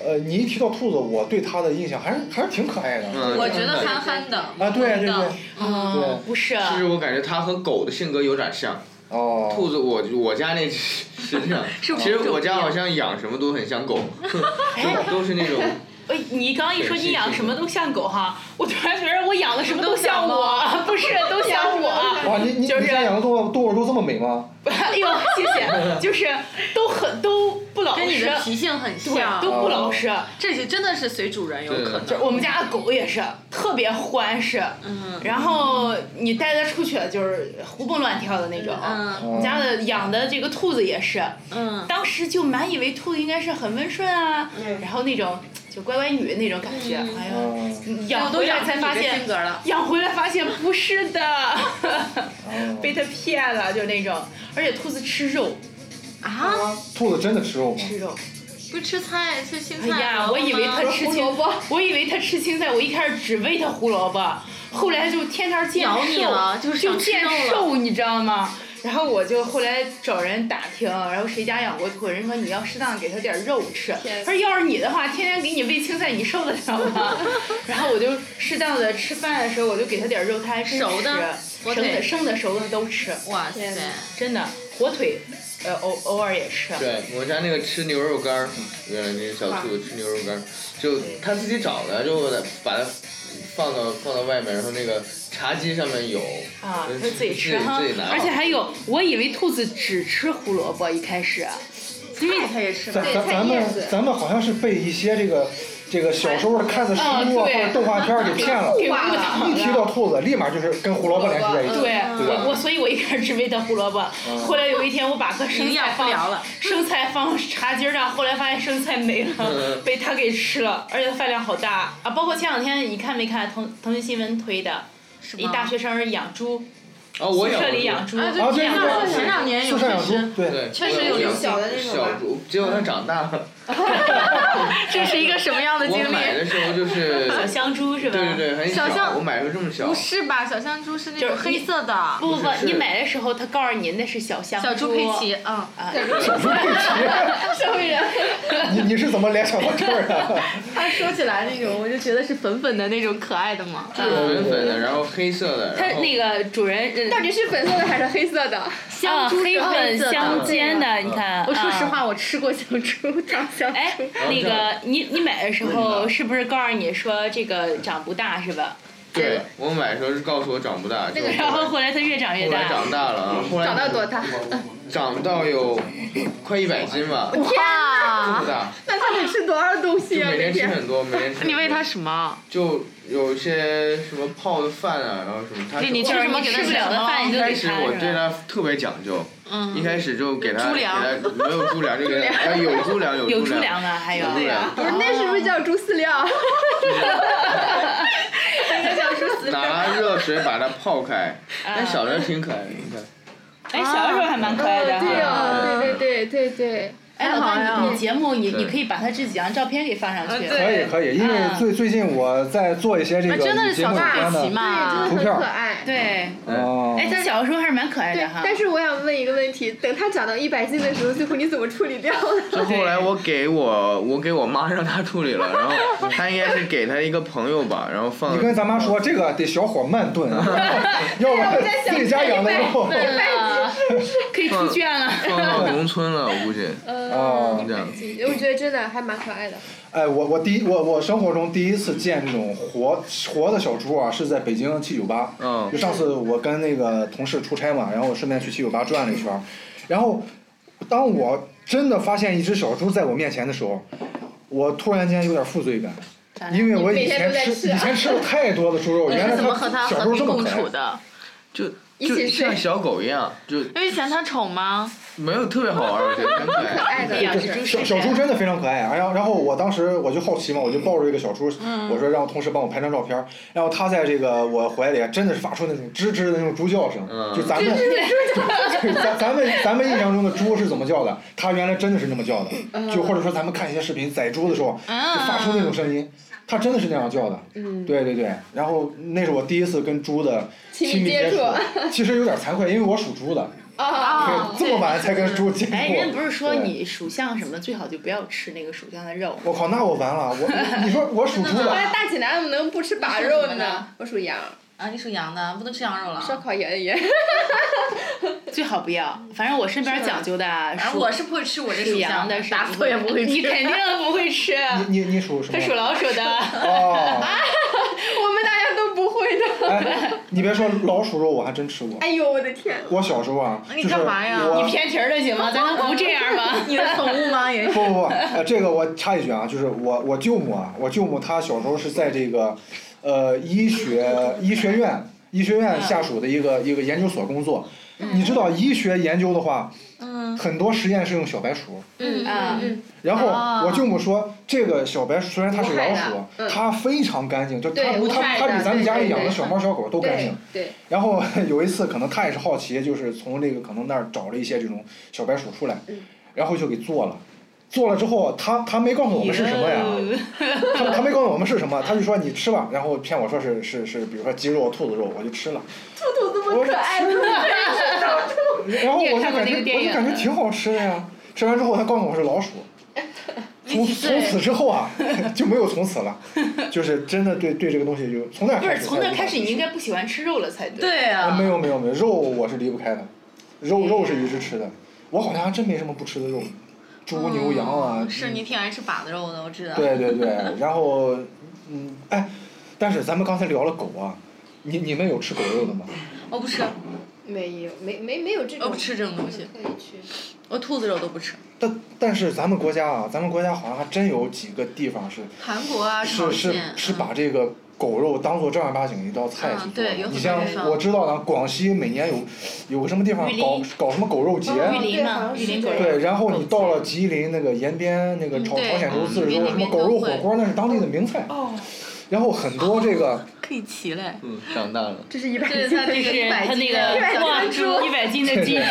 [SPEAKER 1] 呃，你一提到兔子，我对它的印象还是还是挺可爱的。
[SPEAKER 5] 嗯
[SPEAKER 2] 我觉得憨憨的，
[SPEAKER 1] 啊，对对对
[SPEAKER 2] 萌萌的，，
[SPEAKER 1] 对
[SPEAKER 3] 嗯，不是，
[SPEAKER 5] 其实我感觉它和狗的性格有点像。
[SPEAKER 1] 哦，
[SPEAKER 5] 兔子，我我家那 是这样，
[SPEAKER 2] 是不
[SPEAKER 5] 其实
[SPEAKER 2] 是
[SPEAKER 5] 我家
[SPEAKER 2] 不一样
[SPEAKER 5] 好像养什么都很像狗，都都是那种
[SPEAKER 3] 呃，你刚刚一说你养什么都像狗哈，我突然觉得我养的什么都像我， 不是都像我。
[SPEAKER 1] 哇，你你你
[SPEAKER 3] 就是
[SPEAKER 1] 家养的动物动物都这么美吗？
[SPEAKER 3] 哎呦，谢谢， 就是都很都不老
[SPEAKER 2] 跟你
[SPEAKER 3] 实，
[SPEAKER 2] 的脾性很像
[SPEAKER 3] 对，，都不老
[SPEAKER 1] 哦
[SPEAKER 3] 实。
[SPEAKER 2] 这就真的是随主人有可
[SPEAKER 5] 对
[SPEAKER 2] 能。
[SPEAKER 3] 我们家的狗也是特别欢实，
[SPEAKER 2] 嗯
[SPEAKER 3] 然后你带它出去就是活蹦乱跳的那
[SPEAKER 5] 哦
[SPEAKER 3] 种。
[SPEAKER 2] 嗯
[SPEAKER 3] 我们家的养的这个兔子也是，
[SPEAKER 2] 嗯，
[SPEAKER 3] 当时就满以为兔子应该是很温顺啊，
[SPEAKER 4] 嗯
[SPEAKER 3] 然后那种就乖乖女那种感觉，
[SPEAKER 2] 嗯
[SPEAKER 3] 哎呦，
[SPEAKER 1] 嗯
[SPEAKER 2] 我
[SPEAKER 3] 养
[SPEAKER 2] 都
[SPEAKER 3] 回来
[SPEAKER 2] 养
[SPEAKER 3] 才
[SPEAKER 2] 成
[SPEAKER 3] 发
[SPEAKER 2] 你的性
[SPEAKER 3] 现，
[SPEAKER 2] 格了。
[SPEAKER 3] 养回来发现不是的，
[SPEAKER 1] 哦
[SPEAKER 3] 被它骗了，就那种，而且兔子吃肉，
[SPEAKER 2] 啊，
[SPEAKER 1] 兔子真的吃肉吗？
[SPEAKER 3] 吃肉，
[SPEAKER 2] 不吃菜吃青
[SPEAKER 3] 哎
[SPEAKER 2] 菜
[SPEAKER 3] 呀，
[SPEAKER 2] 啊萝卜
[SPEAKER 3] 我以为
[SPEAKER 2] 吗
[SPEAKER 3] 它吃
[SPEAKER 4] 胡
[SPEAKER 3] 青
[SPEAKER 4] 萝卜，
[SPEAKER 3] 我以为它吃青菜，我一开始只喂它胡萝卜，后来就天天见
[SPEAKER 2] 咬你
[SPEAKER 3] 瘦，
[SPEAKER 2] 了，就是
[SPEAKER 3] 就
[SPEAKER 2] 想吃
[SPEAKER 3] 见
[SPEAKER 2] 肉了。
[SPEAKER 3] 瘦，你知道吗？然后我就后来找人打听，然后谁家养过兔，人说你要适当给它点肉吃。
[SPEAKER 4] 天
[SPEAKER 3] 他说要是你的话，天天给你喂青菜，你受得了吗？ 然后我就适当的吃饭的时候，我就给它点肉，它还真
[SPEAKER 2] 熟的
[SPEAKER 3] 吃，
[SPEAKER 2] 火
[SPEAKER 3] 生
[SPEAKER 2] 腿
[SPEAKER 3] 的、生的、熟的都吃，
[SPEAKER 2] 哇塞
[SPEAKER 4] 天，哪
[SPEAKER 3] 真的火腿，呃偶偶尔也吃。
[SPEAKER 5] 对我家那个吃牛肉干儿，原来那个小兔子吃牛肉干儿，就它自己找的，就我把它放到放到外面，然后那个茶几上面有，
[SPEAKER 3] 啊，
[SPEAKER 5] 就
[SPEAKER 3] 它自己吃哈
[SPEAKER 5] 自己拿，，
[SPEAKER 3] 而且还有，我以为兔子只吃胡萝卜一开始，啊因为
[SPEAKER 2] 它也吃吗
[SPEAKER 1] 咱？咱咱
[SPEAKER 4] 叶
[SPEAKER 1] 们
[SPEAKER 4] 子
[SPEAKER 1] 咱们好像是被一些这个这个小时候看的书啊
[SPEAKER 3] 啊
[SPEAKER 1] 或
[SPEAKER 3] 对
[SPEAKER 1] 者动画片儿给骗了，
[SPEAKER 3] 给
[SPEAKER 4] 哇
[SPEAKER 3] 误导
[SPEAKER 1] 一提
[SPEAKER 3] 了。
[SPEAKER 1] 到兔子，立马就是跟胡萝卜联系在一起。
[SPEAKER 3] 对，
[SPEAKER 2] 啊
[SPEAKER 1] 对吧
[SPEAKER 3] 我我所以，我一开始只喂它胡萝卜，
[SPEAKER 5] 嗯
[SPEAKER 3] 后来有一天我把个生菜
[SPEAKER 2] 营养不
[SPEAKER 3] 放
[SPEAKER 2] 良了。
[SPEAKER 3] 生菜放茶几儿上，后来发现生菜没
[SPEAKER 5] 嗯
[SPEAKER 3] 了，被它给吃了，而且它饭量好大啊！包括前两天你看没看腾腾讯新闻推的，
[SPEAKER 2] 是
[SPEAKER 3] 一
[SPEAKER 2] 吗？
[SPEAKER 3] 大学生养猪，
[SPEAKER 5] 哦，我
[SPEAKER 3] 宿
[SPEAKER 5] 养
[SPEAKER 3] 舍里
[SPEAKER 5] 过
[SPEAKER 3] 养猪，
[SPEAKER 2] 嗯啊，
[SPEAKER 1] 啊
[SPEAKER 2] 就
[SPEAKER 1] 对
[SPEAKER 2] 前
[SPEAKER 1] 对
[SPEAKER 2] 两
[SPEAKER 1] 对
[SPEAKER 2] 前两年有
[SPEAKER 1] 就上养
[SPEAKER 2] 确实
[SPEAKER 1] 猪，对，
[SPEAKER 5] 对，
[SPEAKER 2] 确
[SPEAKER 5] 我
[SPEAKER 2] 实
[SPEAKER 5] 养
[SPEAKER 2] 有
[SPEAKER 5] 过
[SPEAKER 4] 小的那种
[SPEAKER 5] 小
[SPEAKER 4] 吧
[SPEAKER 5] 猪，结果它长大了。
[SPEAKER 2] 这是一个什么样的
[SPEAKER 5] 我
[SPEAKER 2] 经
[SPEAKER 5] 买
[SPEAKER 2] 历？
[SPEAKER 5] 的时候就是，
[SPEAKER 3] 小香猪是
[SPEAKER 5] 对
[SPEAKER 3] 吧？
[SPEAKER 5] 对对，很
[SPEAKER 2] 小象
[SPEAKER 5] 我买的时候这么小
[SPEAKER 2] 不，是吧？小香猪是那
[SPEAKER 3] 就
[SPEAKER 2] 种
[SPEAKER 3] 是
[SPEAKER 2] 黑色的，
[SPEAKER 3] 不不
[SPEAKER 5] 不是
[SPEAKER 3] 不，
[SPEAKER 5] 是
[SPEAKER 3] 你买的时候他告诉你那是小香
[SPEAKER 2] 小
[SPEAKER 3] 猪
[SPEAKER 2] 猪佩奇，嗯，
[SPEAKER 3] 啊，
[SPEAKER 4] 社会人，
[SPEAKER 1] 你你是怎么联想到这儿的？
[SPEAKER 2] 它说起来那种，我就觉得是粉粉的那种可爱的嘛。
[SPEAKER 3] 嗯
[SPEAKER 5] 粉粉的，然后黑色的，
[SPEAKER 3] 他
[SPEAKER 5] 然后
[SPEAKER 3] 那个主人呃
[SPEAKER 4] 到底是粉色的还是黑色的？
[SPEAKER 3] 啊
[SPEAKER 2] 香猪
[SPEAKER 3] 黑
[SPEAKER 2] 是
[SPEAKER 3] 粉
[SPEAKER 2] 色
[SPEAKER 3] 相
[SPEAKER 2] 的。
[SPEAKER 3] 间的，你看，
[SPEAKER 2] 我说
[SPEAKER 3] 啊
[SPEAKER 2] 实。话，我吃过香猪，长香
[SPEAKER 3] 哎
[SPEAKER 2] 猪。，
[SPEAKER 3] 那个你你买的时候是不是告诉你说这个长不大是吧？
[SPEAKER 5] 对我买的时候是告诉我长不大，那
[SPEAKER 3] 然后后来它越长越
[SPEAKER 5] 后来
[SPEAKER 3] 大
[SPEAKER 5] 长，大了啊，后来
[SPEAKER 4] 长到多大？
[SPEAKER 5] 长到有快一百斤 吧，
[SPEAKER 2] 哇
[SPEAKER 5] 不！大，
[SPEAKER 4] 那他得吃多少东西
[SPEAKER 5] 就
[SPEAKER 4] 啊？
[SPEAKER 5] 每
[SPEAKER 4] 每
[SPEAKER 5] 天吃
[SPEAKER 4] 天
[SPEAKER 5] 很多，每天吃。
[SPEAKER 2] 你喂它什么？
[SPEAKER 5] 就有一些什么泡的饭啊，然后什么，它
[SPEAKER 2] 给你
[SPEAKER 3] 就
[SPEAKER 2] 吃
[SPEAKER 3] 是
[SPEAKER 2] 什么
[SPEAKER 3] 你
[SPEAKER 2] 给它
[SPEAKER 3] 吃不
[SPEAKER 2] 什
[SPEAKER 3] 了的
[SPEAKER 2] 么
[SPEAKER 3] 饭你
[SPEAKER 5] 一
[SPEAKER 3] 就
[SPEAKER 5] 开
[SPEAKER 3] 给
[SPEAKER 5] 始
[SPEAKER 3] 它
[SPEAKER 5] 我对
[SPEAKER 3] 是吧？
[SPEAKER 5] 它特别讲究，一
[SPEAKER 2] 嗯，
[SPEAKER 5] 开始就给它
[SPEAKER 2] 猪
[SPEAKER 5] 给
[SPEAKER 2] 粮
[SPEAKER 5] 它没有猪粮就给它，哎有猪粮
[SPEAKER 3] 有
[SPEAKER 5] 有
[SPEAKER 3] 猪
[SPEAKER 5] 猪粮，
[SPEAKER 3] 粮啊，还有
[SPEAKER 5] 有猪粮，
[SPEAKER 4] 不是那是不是叫猪饲料？
[SPEAKER 5] 拿热水把它泡开，但小的挺可爱的，你看。
[SPEAKER 3] 哎，小的时候还蛮可爱的
[SPEAKER 4] 对
[SPEAKER 3] 哈。
[SPEAKER 4] 哦，对对对对对。
[SPEAKER 3] 哎，老
[SPEAKER 2] 太好
[SPEAKER 3] 大，
[SPEAKER 2] 了
[SPEAKER 3] 你你节目你
[SPEAKER 5] 对
[SPEAKER 3] 你可以把他这几张照片给放上去。
[SPEAKER 2] 对
[SPEAKER 1] 可以可以，因为
[SPEAKER 3] 嗯
[SPEAKER 1] 最最近我在做一些这个
[SPEAKER 2] 啊真的
[SPEAKER 1] 与
[SPEAKER 2] 是
[SPEAKER 1] 节
[SPEAKER 2] 小
[SPEAKER 1] 目有
[SPEAKER 2] 大
[SPEAKER 1] 关
[SPEAKER 2] 佩奇
[SPEAKER 1] 的
[SPEAKER 2] 嘛
[SPEAKER 1] 图
[SPEAKER 4] 真的很
[SPEAKER 1] 片
[SPEAKER 4] 可爱。
[SPEAKER 3] 对，
[SPEAKER 1] 哦。
[SPEAKER 3] 哎，他小的时候还是蛮可爱
[SPEAKER 4] 对
[SPEAKER 3] 的哈，。
[SPEAKER 4] 但是我想问一个问题，等它长到一百斤的时候，最后你怎么处理掉
[SPEAKER 5] 就
[SPEAKER 4] 的？
[SPEAKER 5] 后来我给我我给我妈让她处理了，然后她应该是给她一个朋友吧，然后放
[SPEAKER 1] 你跟咱妈说这个得小火慢 炖啊，要不然自己家养的肉
[SPEAKER 3] 笨了，可以出圈了。
[SPEAKER 5] 放到农村了，我估计
[SPEAKER 1] 啊。
[SPEAKER 5] 这样。
[SPEAKER 4] 我觉得真的还蛮可爱的。
[SPEAKER 1] 哎，我我第一我我生活中第一次见这种活活的小猪啊，是在北京七九八。
[SPEAKER 5] 嗯
[SPEAKER 1] 就上次我跟那个同事出差嘛，然后我顺便去七九八转了一圈儿，然后当我真的发现一只小猪在我面前的时候，我突然间有点负罪感，
[SPEAKER 2] 啊
[SPEAKER 1] 因为我以前
[SPEAKER 4] 你每天都在
[SPEAKER 1] 吃
[SPEAKER 4] 吃啊
[SPEAKER 1] 以前吃了太多的猪 肉，原来
[SPEAKER 2] 是怎么和
[SPEAKER 1] 它
[SPEAKER 2] 它
[SPEAKER 1] 小
[SPEAKER 2] 和
[SPEAKER 1] 猪
[SPEAKER 2] 平
[SPEAKER 1] 这么
[SPEAKER 2] 共
[SPEAKER 1] 可
[SPEAKER 2] 处
[SPEAKER 1] 爱。
[SPEAKER 2] 的？
[SPEAKER 5] 就
[SPEAKER 4] 一起睡
[SPEAKER 5] 就像小狗一样，就
[SPEAKER 2] 因为嫌它丑吗？
[SPEAKER 5] 没有特别好 玩，我觉得很可
[SPEAKER 4] 可爱
[SPEAKER 5] 爱。
[SPEAKER 4] 的
[SPEAKER 3] 养
[SPEAKER 4] 就
[SPEAKER 3] 只猪
[SPEAKER 1] 小
[SPEAKER 3] 是
[SPEAKER 1] 小猪真的非常可爱啊！然后然后我当时我就好奇嘛，我就抱着这个小猪，
[SPEAKER 3] 嗯
[SPEAKER 1] 我说让同事帮我拍张照片儿。然后它在这个我怀里啊真的是发出那种吱吱的那种猪叫声，
[SPEAKER 5] 嗯
[SPEAKER 1] 就咱们 就是咱咱们咱们印象中的猪是怎么叫的，它原来真的是那么叫的。
[SPEAKER 3] 嗯
[SPEAKER 1] 就或者说咱们看一些视频宰猪的时候，就发出那种声音，
[SPEAKER 3] 嗯
[SPEAKER 1] 它真的是那样叫的。
[SPEAKER 4] 嗯，
[SPEAKER 1] 对对对，然后那是我第一次跟猪的
[SPEAKER 4] 亲密
[SPEAKER 1] 密
[SPEAKER 4] 接
[SPEAKER 1] 触
[SPEAKER 4] 触，
[SPEAKER 1] 其实有点惭愧，因为我属猪的，
[SPEAKER 4] 啊，
[SPEAKER 1] 这么晚才跟猪接触。
[SPEAKER 3] 哎，人家哦不是说
[SPEAKER 1] 对
[SPEAKER 3] 你属相什么最好就不要吃那个属相的肉。
[SPEAKER 1] 我靠，那我完了！我你说我属猪
[SPEAKER 4] 我
[SPEAKER 1] 的，
[SPEAKER 4] 大济南怎么能不吃把肉呢？我属羊，
[SPEAKER 2] 啊，你属羊的，不能吃羊肉了。
[SPEAKER 4] 烧烤也 也，
[SPEAKER 3] 最好不要。反正我身边讲究的啊，
[SPEAKER 2] 反正
[SPEAKER 3] 属
[SPEAKER 2] 我是不会吃我这
[SPEAKER 3] 属
[SPEAKER 2] 属
[SPEAKER 3] 羊
[SPEAKER 2] 相
[SPEAKER 3] 的是
[SPEAKER 2] 打死我也不会吃。
[SPEAKER 3] 你肯定不会 吃。
[SPEAKER 1] 你你你属什
[SPEAKER 3] 他
[SPEAKER 1] 么？
[SPEAKER 3] 属老鼠的，
[SPEAKER 1] 哦，
[SPEAKER 4] 我们大家都不会的。
[SPEAKER 1] 哎，你别说老鼠肉，我还真吃过。
[SPEAKER 4] 哎呦我的天！
[SPEAKER 1] 我小时候啊，
[SPEAKER 2] 你
[SPEAKER 1] 就是
[SPEAKER 2] 干嘛呀
[SPEAKER 1] 我
[SPEAKER 3] 你偏题儿了行
[SPEAKER 2] 嗯
[SPEAKER 3] 吗？咱能不这样吗？
[SPEAKER 2] 你的宠物吗？也是。
[SPEAKER 1] 不不不，呃，这个我插一句啊，就是我我舅母啊，我舅母她小时候是在这个，呃，医学医学院医学院下属的一个一个研究所工作。你知道医学研究的话，
[SPEAKER 2] 嗯
[SPEAKER 1] 很多实验是用小白鼠。
[SPEAKER 2] 嗯
[SPEAKER 3] 啊
[SPEAKER 4] 嗯，
[SPEAKER 1] 然后
[SPEAKER 2] 哦
[SPEAKER 1] 我舅母说，这个小白鼠虽然它是
[SPEAKER 4] 无害
[SPEAKER 1] 老
[SPEAKER 4] 的
[SPEAKER 1] 鼠，
[SPEAKER 4] 嗯
[SPEAKER 1] 它非常干净，就它
[SPEAKER 4] 对
[SPEAKER 1] 不
[SPEAKER 4] 无
[SPEAKER 1] 它
[SPEAKER 4] 害
[SPEAKER 1] 它
[SPEAKER 4] 的
[SPEAKER 1] 比咱们
[SPEAKER 4] 对
[SPEAKER 1] 家里
[SPEAKER 4] 对
[SPEAKER 1] 养的
[SPEAKER 4] 对
[SPEAKER 1] 小猫小狗都干
[SPEAKER 4] 对
[SPEAKER 1] 净。
[SPEAKER 4] 对，
[SPEAKER 1] 然后 有一次，可能他也是好奇，就是从这个可能那儿找了一些这种小白鼠出来
[SPEAKER 4] 嗯，
[SPEAKER 1] 然后就给做了。做了之后，他他没告诉我们是什么呀，他他没告诉我们是什么，他就说你吃吧，然后骗我说是是是，比如说鸡肉、兔子肉，我就吃了。
[SPEAKER 4] 兔兔这么可爱，
[SPEAKER 1] 啊然后我
[SPEAKER 3] 你也
[SPEAKER 1] 就
[SPEAKER 3] 看过
[SPEAKER 1] 感觉
[SPEAKER 3] 那个电
[SPEAKER 1] 我就
[SPEAKER 3] 影
[SPEAKER 1] 感觉挺好吃的呀，吃完之后他告诉我是老鼠。从从此之后啊， 就没有从此了，就是真的对对这个东西就从那儿
[SPEAKER 3] 不
[SPEAKER 1] 开
[SPEAKER 3] 是，
[SPEAKER 1] 始
[SPEAKER 3] 从
[SPEAKER 1] 才
[SPEAKER 3] 那
[SPEAKER 1] 无
[SPEAKER 3] 开
[SPEAKER 1] 法
[SPEAKER 3] 始你
[SPEAKER 1] 接
[SPEAKER 3] 应
[SPEAKER 1] 受
[SPEAKER 3] 该不喜欢吃肉了才对。
[SPEAKER 2] 对
[SPEAKER 1] 啊，
[SPEAKER 2] 啊
[SPEAKER 1] 没。有没有没有，肉我是离不开的，肉肉是一直吃的，我好像还真没什么不吃的肉，猪牛羊啊
[SPEAKER 2] 嗯嗯，是你挺爱吃把子肉的，我知道。
[SPEAKER 1] 对对对，然后嗯哎，但是咱们刚才聊了狗啊，你你们有吃狗肉的吗？
[SPEAKER 2] 我不吃，
[SPEAKER 4] 没有没没没有这
[SPEAKER 2] 我
[SPEAKER 4] 种
[SPEAKER 2] 哦不吃这种东西，
[SPEAKER 4] 可以吃。
[SPEAKER 2] 我兔子肉都不吃。
[SPEAKER 1] 但但是咱们国家啊，咱们国家好像还真有几个地方是
[SPEAKER 2] 韩国啊，朝
[SPEAKER 1] 是是
[SPEAKER 2] 鲜。
[SPEAKER 1] 是
[SPEAKER 2] 嗯
[SPEAKER 1] 把这个狗肉当做正儿八经一道菜去
[SPEAKER 2] 嗯
[SPEAKER 1] 做的
[SPEAKER 2] 对有。很
[SPEAKER 1] 你
[SPEAKER 2] 多
[SPEAKER 1] 像
[SPEAKER 2] 地方
[SPEAKER 1] 我知道呢，广西每年有有个什么地方
[SPEAKER 3] 榆林
[SPEAKER 1] 搞搞什么狗肉节啊
[SPEAKER 4] 哦
[SPEAKER 2] 嗯
[SPEAKER 3] 玉林嘛，玉林狗肉。
[SPEAKER 4] 嗯
[SPEAKER 1] 对，然后你到了吉林那个延边那个朝
[SPEAKER 2] 嗯对
[SPEAKER 1] 朝鲜族自治州，
[SPEAKER 2] 嗯
[SPEAKER 1] 什么狗肉火锅，那是当地的名菜。
[SPEAKER 4] 哦，
[SPEAKER 1] 然后很多这 个，
[SPEAKER 2] 可以骑嘞。
[SPEAKER 5] 嗯，长大了。
[SPEAKER 4] 这是一百
[SPEAKER 2] 这
[SPEAKER 4] 斤
[SPEAKER 2] 是他
[SPEAKER 4] 的
[SPEAKER 2] 那
[SPEAKER 3] 就
[SPEAKER 2] 个
[SPEAKER 3] 是
[SPEAKER 2] 一
[SPEAKER 3] 他
[SPEAKER 2] 百
[SPEAKER 3] 那
[SPEAKER 2] 斤
[SPEAKER 3] 个
[SPEAKER 2] 的小
[SPEAKER 3] 哇
[SPEAKER 2] 天猪。
[SPEAKER 3] 猪，一百斤的鸡猪，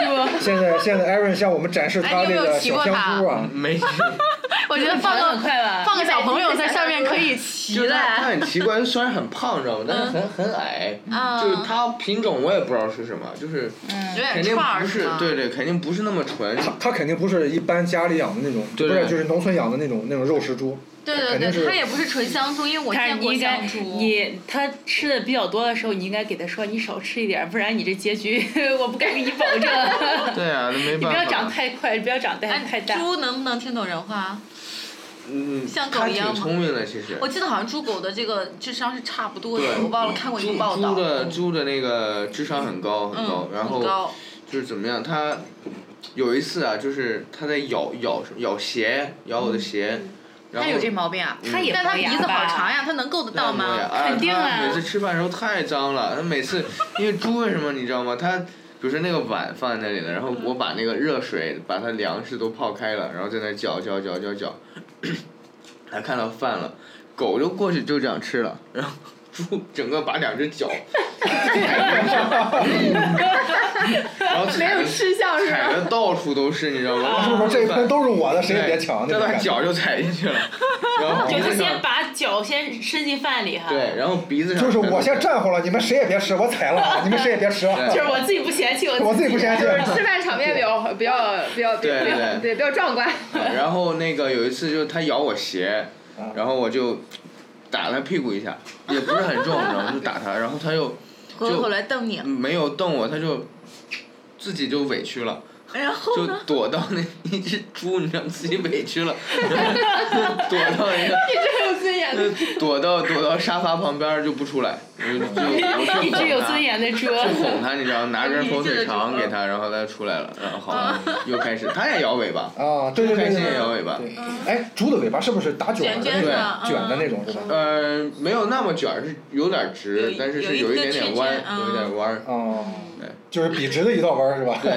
[SPEAKER 1] 现在现在艾瑞向我们展示他
[SPEAKER 2] 哎
[SPEAKER 1] 这
[SPEAKER 2] 你有没
[SPEAKER 1] 个
[SPEAKER 2] 有骑
[SPEAKER 1] 小
[SPEAKER 2] 过
[SPEAKER 1] 香
[SPEAKER 2] 它
[SPEAKER 1] 猪啊，
[SPEAKER 5] 没，
[SPEAKER 2] 我觉得
[SPEAKER 3] 跑
[SPEAKER 2] 放
[SPEAKER 3] 得很
[SPEAKER 2] 个
[SPEAKER 3] 快吧？
[SPEAKER 2] 放个小朋友在下面可以骑
[SPEAKER 5] 就是
[SPEAKER 2] 嘞。
[SPEAKER 5] 它它很奇怪，它虽然很胖，知道吗？但
[SPEAKER 2] 嗯
[SPEAKER 5] 是很很矮，
[SPEAKER 2] 啊。
[SPEAKER 5] 就是它品种我也不知道是什么，就是
[SPEAKER 2] 有
[SPEAKER 3] 嗯，
[SPEAKER 5] 肯
[SPEAKER 2] 点
[SPEAKER 5] 定
[SPEAKER 2] 串儿
[SPEAKER 5] 不是
[SPEAKER 2] 吗？，
[SPEAKER 5] 对对，肯定不是那么纯。
[SPEAKER 1] 它它肯定不是一般家里养的那种，不
[SPEAKER 5] 对
[SPEAKER 1] 是就是农村养的那种那种肉食猪。
[SPEAKER 2] 对
[SPEAKER 1] 肯定
[SPEAKER 2] 对
[SPEAKER 1] 是
[SPEAKER 2] 对，它也不是纯香猪，因为我
[SPEAKER 3] 但是
[SPEAKER 2] 见
[SPEAKER 3] 你
[SPEAKER 2] 过
[SPEAKER 3] 应该
[SPEAKER 2] 香猪。
[SPEAKER 3] 你他吃的比较多的时候，你应该给他说你少吃一点，不然你这结局 我不敢给你保 证。
[SPEAKER 5] 对啊，那没
[SPEAKER 3] 你不要长。太快，不要长得
[SPEAKER 2] 哎，
[SPEAKER 3] 太大。
[SPEAKER 2] 猪能不能听懂人话？
[SPEAKER 5] 嗯，
[SPEAKER 2] 像狗
[SPEAKER 5] 它
[SPEAKER 2] 一样
[SPEAKER 5] 挺
[SPEAKER 2] 吗
[SPEAKER 5] 聪明的，其实。
[SPEAKER 2] 我记得好像猪狗的这个智商是差不多的，
[SPEAKER 5] 对
[SPEAKER 2] 我忘了看过一
[SPEAKER 5] 猪
[SPEAKER 2] 个报道。
[SPEAKER 5] 猪的猪的那个智商很高很高，
[SPEAKER 2] 嗯，
[SPEAKER 5] 然
[SPEAKER 2] 很
[SPEAKER 5] 后
[SPEAKER 2] 高，
[SPEAKER 5] 就是怎么样？它有一次啊，就是它在咬咬咬鞋，咬我的鞋，然
[SPEAKER 2] 它
[SPEAKER 5] 后
[SPEAKER 2] 嗯有这毛病啊？
[SPEAKER 5] 嗯
[SPEAKER 3] 它也
[SPEAKER 2] 但它
[SPEAKER 3] 磨
[SPEAKER 2] 鼻
[SPEAKER 3] 牙
[SPEAKER 2] 子好长
[SPEAKER 3] 吧？
[SPEAKER 2] 呀，它能够得到
[SPEAKER 5] 对呀
[SPEAKER 2] 吗？
[SPEAKER 5] 哎
[SPEAKER 3] 肯定
[SPEAKER 5] 他
[SPEAKER 3] 啊
[SPEAKER 5] 每次吃饭的时候太脏了，他每次因为猪为什么你知道吗？它比如说那个碗放在那里了，然后我把那个热水把它粮食都泡开了，然后在那搅搅搅搅搅， 它看到饭了，狗就过去就这样吃了，然后猪整个把两只脚踩在上，然后
[SPEAKER 4] 没
[SPEAKER 5] 踩
[SPEAKER 4] 有
[SPEAKER 5] 的
[SPEAKER 4] 吃相是
[SPEAKER 5] 踩
[SPEAKER 4] 吧？
[SPEAKER 5] 的到处都是，你知道吗？
[SPEAKER 1] 啊是不是这一盆都是我的，谁也别抢？那
[SPEAKER 5] 再
[SPEAKER 1] 种
[SPEAKER 5] 把
[SPEAKER 1] 感觉
[SPEAKER 5] 脚就踩进去了，然后
[SPEAKER 3] 就
[SPEAKER 5] 鼻
[SPEAKER 3] 是
[SPEAKER 5] 子上
[SPEAKER 3] 先把脚先伸进饭里哈。
[SPEAKER 5] 对，。然后鼻子上啊
[SPEAKER 1] 就是
[SPEAKER 5] 全都
[SPEAKER 1] 我先
[SPEAKER 5] 是
[SPEAKER 1] 站好了，你们谁也别吃，我踩了，啊你们谁也别吃。
[SPEAKER 5] 对
[SPEAKER 3] 就是我自己不嫌弃
[SPEAKER 1] 我
[SPEAKER 3] 我
[SPEAKER 1] 自己不嫌弃啊
[SPEAKER 4] 就。是吃饭场面比较比较比较比
[SPEAKER 5] 对对
[SPEAKER 4] 较
[SPEAKER 5] 对
[SPEAKER 4] 对比较壮观。
[SPEAKER 5] 然后那个有一次就是它咬我鞋
[SPEAKER 1] 啊，
[SPEAKER 5] 然后我就打它屁股一下，也不是很重，然后就打它，然后它又
[SPEAKER 2] 狗
[SPEAKER 5] 就
[SPEAKER 2] 狗来瞪你，
[SPEAKER 5] 没有动我，它就自己就委屈了。
[SPEAKER 2] 然后
[SPEAKER 5] 就
[SPEAKER 3] 啊
[SPEAKER 2] 呢？
[SPEAKER 5] 躲到那一只猪，你知道自己委屈了，然后躲到一个，
[SPEAKER 4] 这有尊严的，
[SPEAKER 5] 躲到躲到沙发旁边儿就不出来，我就 就我
[SPEAKER 3] 一
[SPEAKER 5] 就
[SPEAKER 3] 只有尊
[SPEAKER 5] 严。
[SPEAKER 3] 严的猪。
[SPEAKER 5] 哄它，你知道，拿根口水肠
[SPEAKER 3] 嗯
[SPEAKER 5] 给它，然后它出来了，然后好
[SPEAKER 3] 啊
[SPEAKER 5] 了，又开始，它也摇尾巴，
[SPEAKER 1] 啊，对对
[SPEAKER 5] 又开
[SPEAKER 1] 对
[SPEAKER 5] 心也
[SPEAKER 1] 对
[SPEAKER 5] 摇尾巴，
[SPEAKER 1] 对。哎，猪的尾巴是不是打卷儿的
[SPEAKER 2] 卷
[SPEAKER 1] 那
[SPEAKER 2] 卷
[SPEAKER 5] 对
[SPEAKER 1] 种？
[SPEAKER 2] 的，
[SPEAKER 1] 卷的那
[SPEAKER 2] 种。
[SPEAKER 1] 种是吧？
[SPEAKER 5] 呃，没有那么卷儿，是有点儿
[SPEAKER 2] 有
[SPEAKER 5] 直
[SPEAKER 2] 一，
[SPEAKER 5] 但是是
[SPEAKER 2] 有
[SPEAKER 5] 有一
[SPEAKER 2] 一个
[SPEAKER 5] 点
[SPEAKER 2] 圈
[SPEAKER 5] 点
[SPEAKER 2] 圈
[SPEAKER 5] 弯，
[SPEAKER 2] 嗯
[SPEAKER 5] 有一点弯 儿。
[SPEAKER 1] 哦
[SPEAKER 5] 对，
[SPEAKER 1] 就是笔直的一道弯儿是吧？
[SPEAKER 5] 对，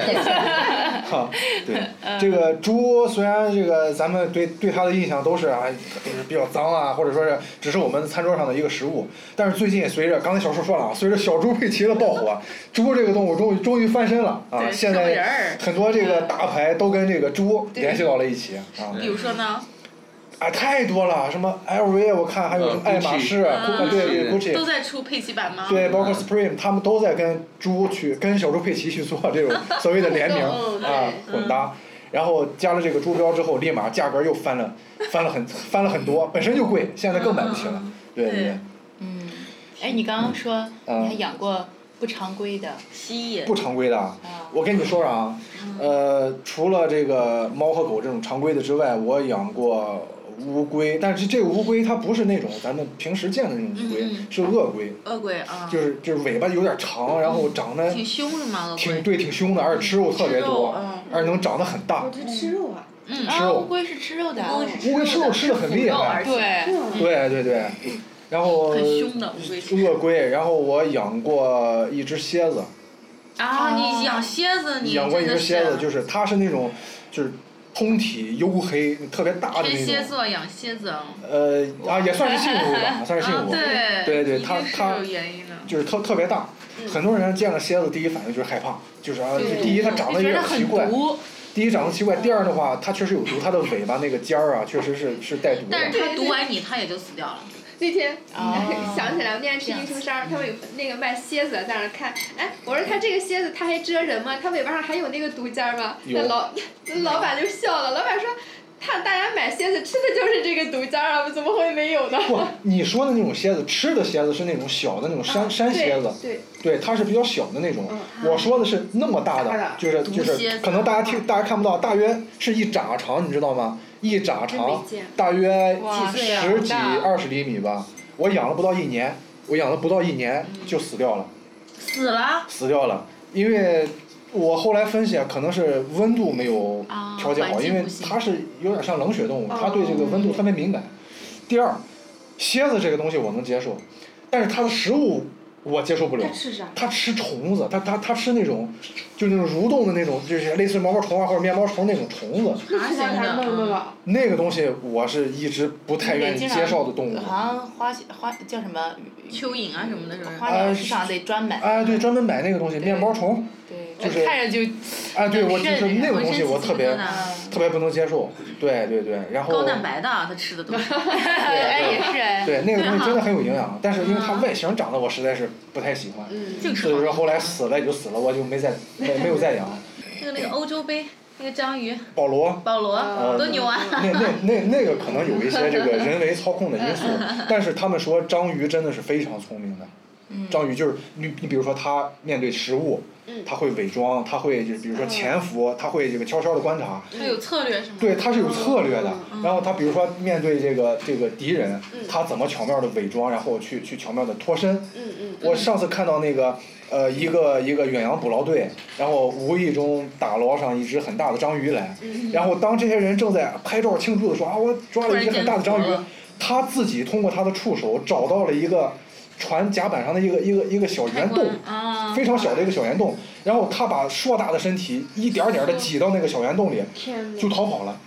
[SPEAKER 1] 哈，对，这个猪虽然这个咱们对对它的印象都是啊，都是比较脏啊，或者说是只是我们餐桌上的一个食物，但是最近随着刚才小树说了啊，随着小猪佩奇的爆火，啊猪这个动物终于终于翻身了啊！
[SPEAKER 2] 对
[SPEAKER 1] 现
[SPEAKER 2] 植物人
[SPEAKER 1] 在
[SPEAKER 2] 儿
[SPEAKER 1] 很多这个大牌都跟这个猪联系到了一起啊
[SPEAKER 2] 比如说呢，
[SPEAKER 1] 啊，太多了，什么 LV 我看还有什么
[SPEAKER 5] 呃
[SPEAKER 1] 爱马仕，
[SPEAKER 5] ，Gucci，
[SPEAKER 1] 啊对对
[SPEAKER 5] Gucci
[SPEAKER 1] Gucci
[SPEAKER 2] 都。在出配齐版吗？
[SPEAKER 1] 对，包括 Spring，他们都在跟猪去跟小猪佩奇去做这 种所谓的联名
[SPEAKER 4] 嗯对
[SPEAKER 1] 啊混搭，然后加了这个猪标之后，立马价格又翻
[SPEAKER 2] 嗯
[SPEAKER 1] 了，翻了很翻了很多，本身就贵，现在更买不起了。对对对
[SPEAKER 2] 对，
[SPEAKER 3] 哎，你刚刚说
[SPEAKER 1] 嗯
[SPEAKER 3] 你还养过不常规的
[SPEAKER 2] 蜥蜴
[SPEAKER 1] 不常规的啊
[SPEAKER 2] 嗯
[SPEAKER 3] 啊，
[SPEAKER 1] 我跟你说说啊，呃，除了这个猫和狗这种常规的之外，我养过乌龟，但是这个乌龟它不是那种咱们平时见的那种乌龟
[SPEAKER 2] 嗯嗯，
[SPEAKER 1] 是鳄龟，
[SPEAKER 2] 鳄龟啊，
[SPEAKER 1] 就是就是尾巴有点长，然后长得
[SPEAKER 2] 挺凶是吗？鳄
[SPEAKER 1] 挺
[SPEAKER 2] 龟，
[SPEAKER 1] 对挺凶的，而且吃肉特别
[SPEAKER 2] 吃肉
[SPEAKER 1] 多
[SPEAKER 2] 啊嗯，
[SPEAKER 1] 而且能长得很大
[SPEAKER 4] 我。就吃肉啊，
[SPEAKER 2] 嗯，
[SPEAKER 1] 吃
[SPEAKER 3] 啊，
[SPEAKER 1] 肉
[SPEAKER 3] 乌龟是吃肉的啊，
[SPEAKER 2] 乌龟是
[SPEAKER 1] 乌龟吃肉吃的
[SPEAKER 2] 很
[SPEAKER 1] 很厉害，啊
[SPEAKER 3] 对，
[SPEAKER 4] 嗯，
[SPEAKER 1] 对对对，然后
[SPEAKER 2] 很凶
[SPEAKER 1] 呃
[SPEAKER 2] 的乌龟是。
[SPEAKER 1] 鳄龟，然后我养过一只蝎子，
[SPEAKER 2] 啊，你养蝎子，你
[SPEAKER 1] 养过一
[SPEAKER 2] 嗯真
[SPEAKER 1] 只
[SPEAKER 2] 的
[SPEAKER 1] 蝎子，
[SPEAKER 2] 是啊
[SPEAKER 1] 就是它是那种就是通体黝黑特别大的
[SPEAKER 2] 天
[SPEAKER 1] 那
[SPEAKER 2] 蝎
[SPEAKER 1] 种，
[SPEAKER 2] 座养蝎子啊，
[SPEAKER 1] 呃啊也算是幸福 吧，算是幸
[SPEAKER 2] 啊
[SPEAKER 1] 福，
[SPEAKER 2] 对
[SPEAKER 1] 对对
[SPEAKER 2] 一
[SPEAKER 1] 它
[SPEAKER 2] 定是
[SPEAKER 1] 它
[SPEAKER 2] 有原因的。
[SPEAKER 1] 就是特特别大。很多人见了蝎子，第一反应就是害怕，就是啊，
[SPEAKER 2] 嗯对
[SPEAKER 1] 就第一它长得
[SPEAKER 3] 就
[SPEAKER 1] 有
[SPEAKER 3] 觉得
[SPEAKER 1] 点奇
[SPEAKER 3] 很
[SPEAKER 1] 怪，
[SPEAKER 3] 毒，
[SPEAKER 1] 第一长得奇怪，第二的话它确实有毒，它的尾巴那个尖儿啊，确实是是带毒
[SPEAKER 2] 但
[SPEAKER 1] 的。
[SPEAKER 2] 是它毒完你，它也就死掉了。
[SPEAKER 4] 那天
[SPEAKER 3] 哦
[SPEAKER 4] 想起来，我那天去一图商，他们有那个卖蝎子，在那儿看，哎，我说他这个蝎子，它还蜇人吗？它尾巴上还有那个毒尖儿吗？
[SPEAKER 1] 有
[SPEAKER 4] 那老 那老板就笑了，老板说，看大家买蝎子吃的就是这个毒尖儿啊，怎么会没有呢？
[SPEAKER 1] 不，你说的那种蝎子，吃的蝎子是那种小的那种山山蝎子，
[SPEAKER 4] 啊对，
[SPEAKER 1] 对，它是比较小的那种。
[SPEAKER 4] 嗯
[SPEAKER 1] 我说的是那么大的
[SPEAKER 4] 大的，
[SPEAKER 1] 就是
[SPEAKER 2] 毒
[SPEAKER 1] 就
[SPEAKER 2] 蝎
[SPEAKER 1] 是，
[SPEAKER 2] 子
[SPEAKER 1] 可能大家听大家看不到，大约是一拃长，你知道吗？一拃
[SPEAKER 4] 真没
[SPEAKER 1] 长，
[SPEAKER 4] 见。
[SPEAKER 1] 大约
[SPEAKER 3] 哇
[SPEAKER 1] 十
[SPEAKER 3] 这样
[SPEAKER 1] 十几
[SPEAKER 3] 大
[SPEAKER 1] 二十厘米吧。我养了不到一年，我养了不到一年就死掉了，
[SPEAKER 2] 死了
[SPEAKER 1] 死掉了。因为我后来分析，啊，可能是温度没有
[SPEAKER 2] 啊，
[SPEAKER 1] 调节好，
[SPEAKER 2] 环
[SPEAKER 1] 因
[SPEAKER 2] 境
[SPEAKER 1] 为
[SPEAKER 2] 不行
[SPEAKER 1] 它是有点像冷血动物，
[SPEAKER 4] 哦
[SPEAKER 1] 它对这个温度特别敏感。第二，蝎子这个东西我能接受，但是它的食物我接受不了
[SPEAKER 4] 它。吃
[SPEAKER 3] 啊
[SPEAKER 4] 啥？
[SPEAKER 1] 它吃虫子，它它它吃那种，就那种蠕动的那种，就是类似于毛毛虫啊或者面包虫那种虫子，
[SPEAKER 4] 那吃啥
[SPEAKER 2] 爬行的
[SPEAKER 4] 啥弄弄了？
[SPEAKER 1] 那个东西我是一直不太愿意接受的动物。
[SPEAKER 3] 好像花花叫什么
[SPEAKER 2] 蚯蚓啊什么的，是吧？
[SPEAKER 3] 花鸟市场得专门，
[SPEAKER 1] 哎，对，专门买那个东西，面包虫。
[SPEAKER 3] 对，
[SPEAKER 1] 就
[SPEAKER 3] 我
[SPEAKER 1] 是
[SPEAKER 3] 看着就
[SPEAKER 1] 哎，对，我就是
[SPEAKER 3] 是
[SPEAKER 1] 那个东西，我特别
[SPEAKER 2] 浑身起鸡皮疙瘩
[SPEAKER 1] 特别不能接受。对对对，然后
[SPEAKER 2] 高蛋白的
[SPEAKER 1] 哦
[SPEAKER 2] 啊，它吃的 都是。
[SPEAKER 3] 哎也是哎，
[SPEAKER 1] 对那个东西真的很有营养，但是因为它
[SPEAKER 2] 啊嗯
[SPEAKER 1] 外形长得我实在是不太喜欢，
[SPEAKER 4] 嗯，
[SPEAKER 2] 净吃
[SPEAKER 1] 所以
[SPEAKER 2] 黄
[SPEAKER 1] 说
[SPEAKER 2] 金
[SPEAKER 1] 后来死了也就死了，我就 没再没没有再养。
[SPEAKER 2] 那个那个欧洲杯，那个章鱼
[SPEAKER 1] 保罗，
[SPEAKER 2] 保罗
[SPEAKER 1] 嗯
[SPEAKER 2] 多牛啊！
[SPEAKER 1] 那那那那个可能有一些这个人为操控的 因素，但是他们说章鱼真的是非常聪明的。
[SPEAKER 2] 嗯
[SPEAKER 1] 章鱼就是你，你比如说它面对食物，它会伪装，它会就比如说潜伏，它会这个悄悄的观察，
[SPEAKER 3] 嗯
[SPEAKER 2] 它有策略是吗？
[SPEAKER 1] 对，它是有策略的。
[SPEAKER 2] 嗯
[SPEAKER 1] 然后它比如说面对这个这个敌人，它怎么巧妙的伪装，然后去去巧妙的脱身。
[SPEAKER 4] 嗯嗯。
[SPEAKER 1] 我上次看到那个呃一个一个远洋捕捞队，然后无意中打捞上一只很大的章鱼来，
[SPEAKER 2] 嗯
[SPEAKER 1] 然后当这些人正在拍照庆祝的时候啊，我抓了一只很大的章
[SPEAKER 2] 突然
[SPEAKER 1] 鱼
[SPEAKER 2] 间，
[SPEAKER 1] 他自己通过他的触手找到了一个船甲板上的一个一个一个小
[SPEAKER 2] 开
[SPEAKER 1] 圆洞。
[SPEAKER 2] 关啊，
[SPEAKER 1] 非常小的一个小圆洞，然后他把硕大的身体一点儿点的挤到那个小圆洞里，
[SPEAKER 4] 天
[SPEAKER 1] 就逃跑了。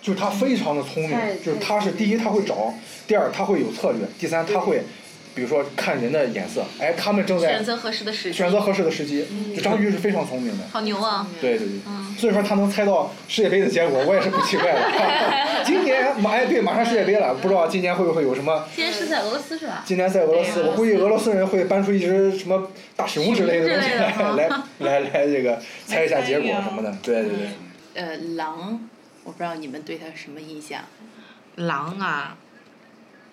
[SPEAKER 1] 就他非常的聪明
[SPEAKER 4] 太，
[SPEAKER 1] 就是他是
[SPEAKER 4] 太
[SPEAKER 1] 第一他会找，第二他会有策略，第三他会，比如说看人的眼色，哎，他们正在
[SPEAKER 2] 选择合适的时机
[SPEAKER 1] 选，择合适的时机。就章鱼是非常聪明的，
[SPEAKER 2] 好牛啊！
[SPEAKER 1] 对对对。
[SPEAKER 2] 嗯，
[SPEAKER 1] 所以说他能猜到世界杯的结果，我也是不奇怪的。今年马哎对，马上世界杯了，不知道今年会不会有什么？
[SPEAKER 2] 今天是在俄罗斯是吧？
[SPEAKER 1] 今年在俄罗斯，我估计俄罗斯人会搬出一只什么大熊之类的东西
[SPEAKER 2] 熊之类的
[SPEAKER 1] 来
[SPEAKER 2] 哈
[SPEAKER 1] 来来来这 个猜一下嗯结果什么的。对对对，
[SPEAKER 3] 呃狼，我不知道你们对它什么印象，
[SPEAKER 2] 狼啊，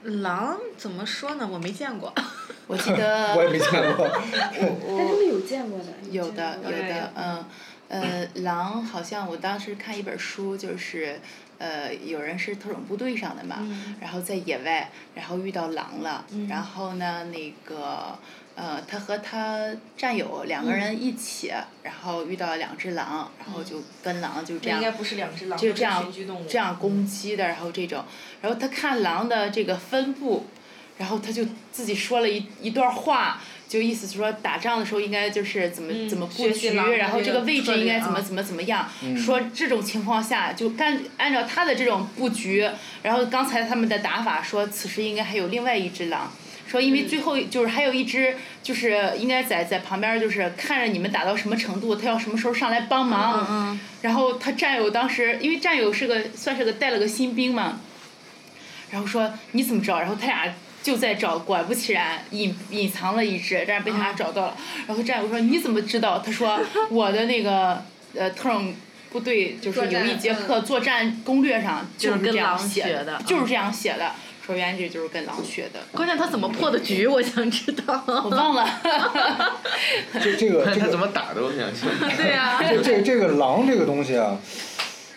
[SPEAKER 2] 狼怎么说呢？我没见过。
[SPEAKER 3] 我记 得
[SPEAKER 1] 我也没见过。
[SPEAKER 4] 但他
[SPEAKER 3] 我
[SPEAKER 4] 们有见过的，
[SPEAKER 3] 有的有
[SPEAKER 4] 有见过
[SPEAKER 3] 的嗯呃狼好像我当时看一本书就是。呃，有人是特种部队上的嘛，
[SPEAKER 6] 嗯
[SPEAKER 3] 然后在野外，然后遇到狼了，然后呢，那个呃，他和他战友两个
[SPEAKER 6] 嗯
[SPEAKER 3] 人一起，然后遇到两只狼，然后就跟狼就这样
[SPEAKER 6] 不是两只狼，
[SPEAKER 3] 就这样
[SPEAKER 6] 群居动物
[SPEAKER 3] 这样攻击的，然后这种，然后他看狼的这个分布，然后他就自己说了一一段话，就意思是说打仗的时候应该就是怎么、
[SPEAKER 6] 嗯
[SPEAKER 3] 怎么布
[SPEAKER 6] 学习
[SPEAKER 3] 局，
[SPEAKER 6] 狼的
[SPEAKER 3] 然后
[SPEAKER 6] 这
[SPEAKER 3] 这
[SPEAKER 6] 个
[SPEAKER 3] 个位
[SPEAKER 6] 策
[SPEAKER 3] 置
[SPEAKER 6] 略
[SPEAKER 3] 应该怎么
[SPEAKER 6] 啊
[SPEAKER 3] 怎么怎么样，说这种情况下就干按照他的这种布局，然后刚才他们的打法说此时应该还有另外一只狼。说，因为
[SPEAKER 6] 嗯
[SPEAKER 3] 最后就是还有一只，就是应该在在旁边儿，就是看着你们打到什么程度，他要什么时候上来帮忙。
[SPEAKER 2] 嗯
[SPEAKER 3] 然后他战友当时，因为战友是个算是个带了个新兵嘛，然后说你怎么着？然后他俩就在找，果不其然隐隐藏了一只，但是被他俩找到了。然后战友说你怎么知道？他说我的那个呃特种部队就是
[SPEAKER 4] 作
[SPEAKER 3] 有
[SPEAKER 4] 战
[SPEAKER 3] 一节课作战攻略上就是是
[SPEAKER 2] 跟
[SPEAKER 3] 这样
[SPEAKER 2] 狼
[SPEAKER 3] 写
[SPEAKER 2] 学的
[SPEAKER 3] 就是这样写的。说原来这就是跟狼学的，
[SPEAKER 2] 关键他怎么破的局，我想知
[SPEAKER 3] 我
[SPEAKER 2] 道。
[SPEAKER 3] 忘了。
[SPEAKER 1] 这这 个
[SPEAKER 5] 看
[SPEAKER 1] 这
[SPEAKER 5] 他
[SPEAKER 1] 个
[SPEAKER 5] 怎么打的，我想想。
[SPEAKER 2] 对啊，
[SPEAKER 1] 这这这个狼这个东西啊，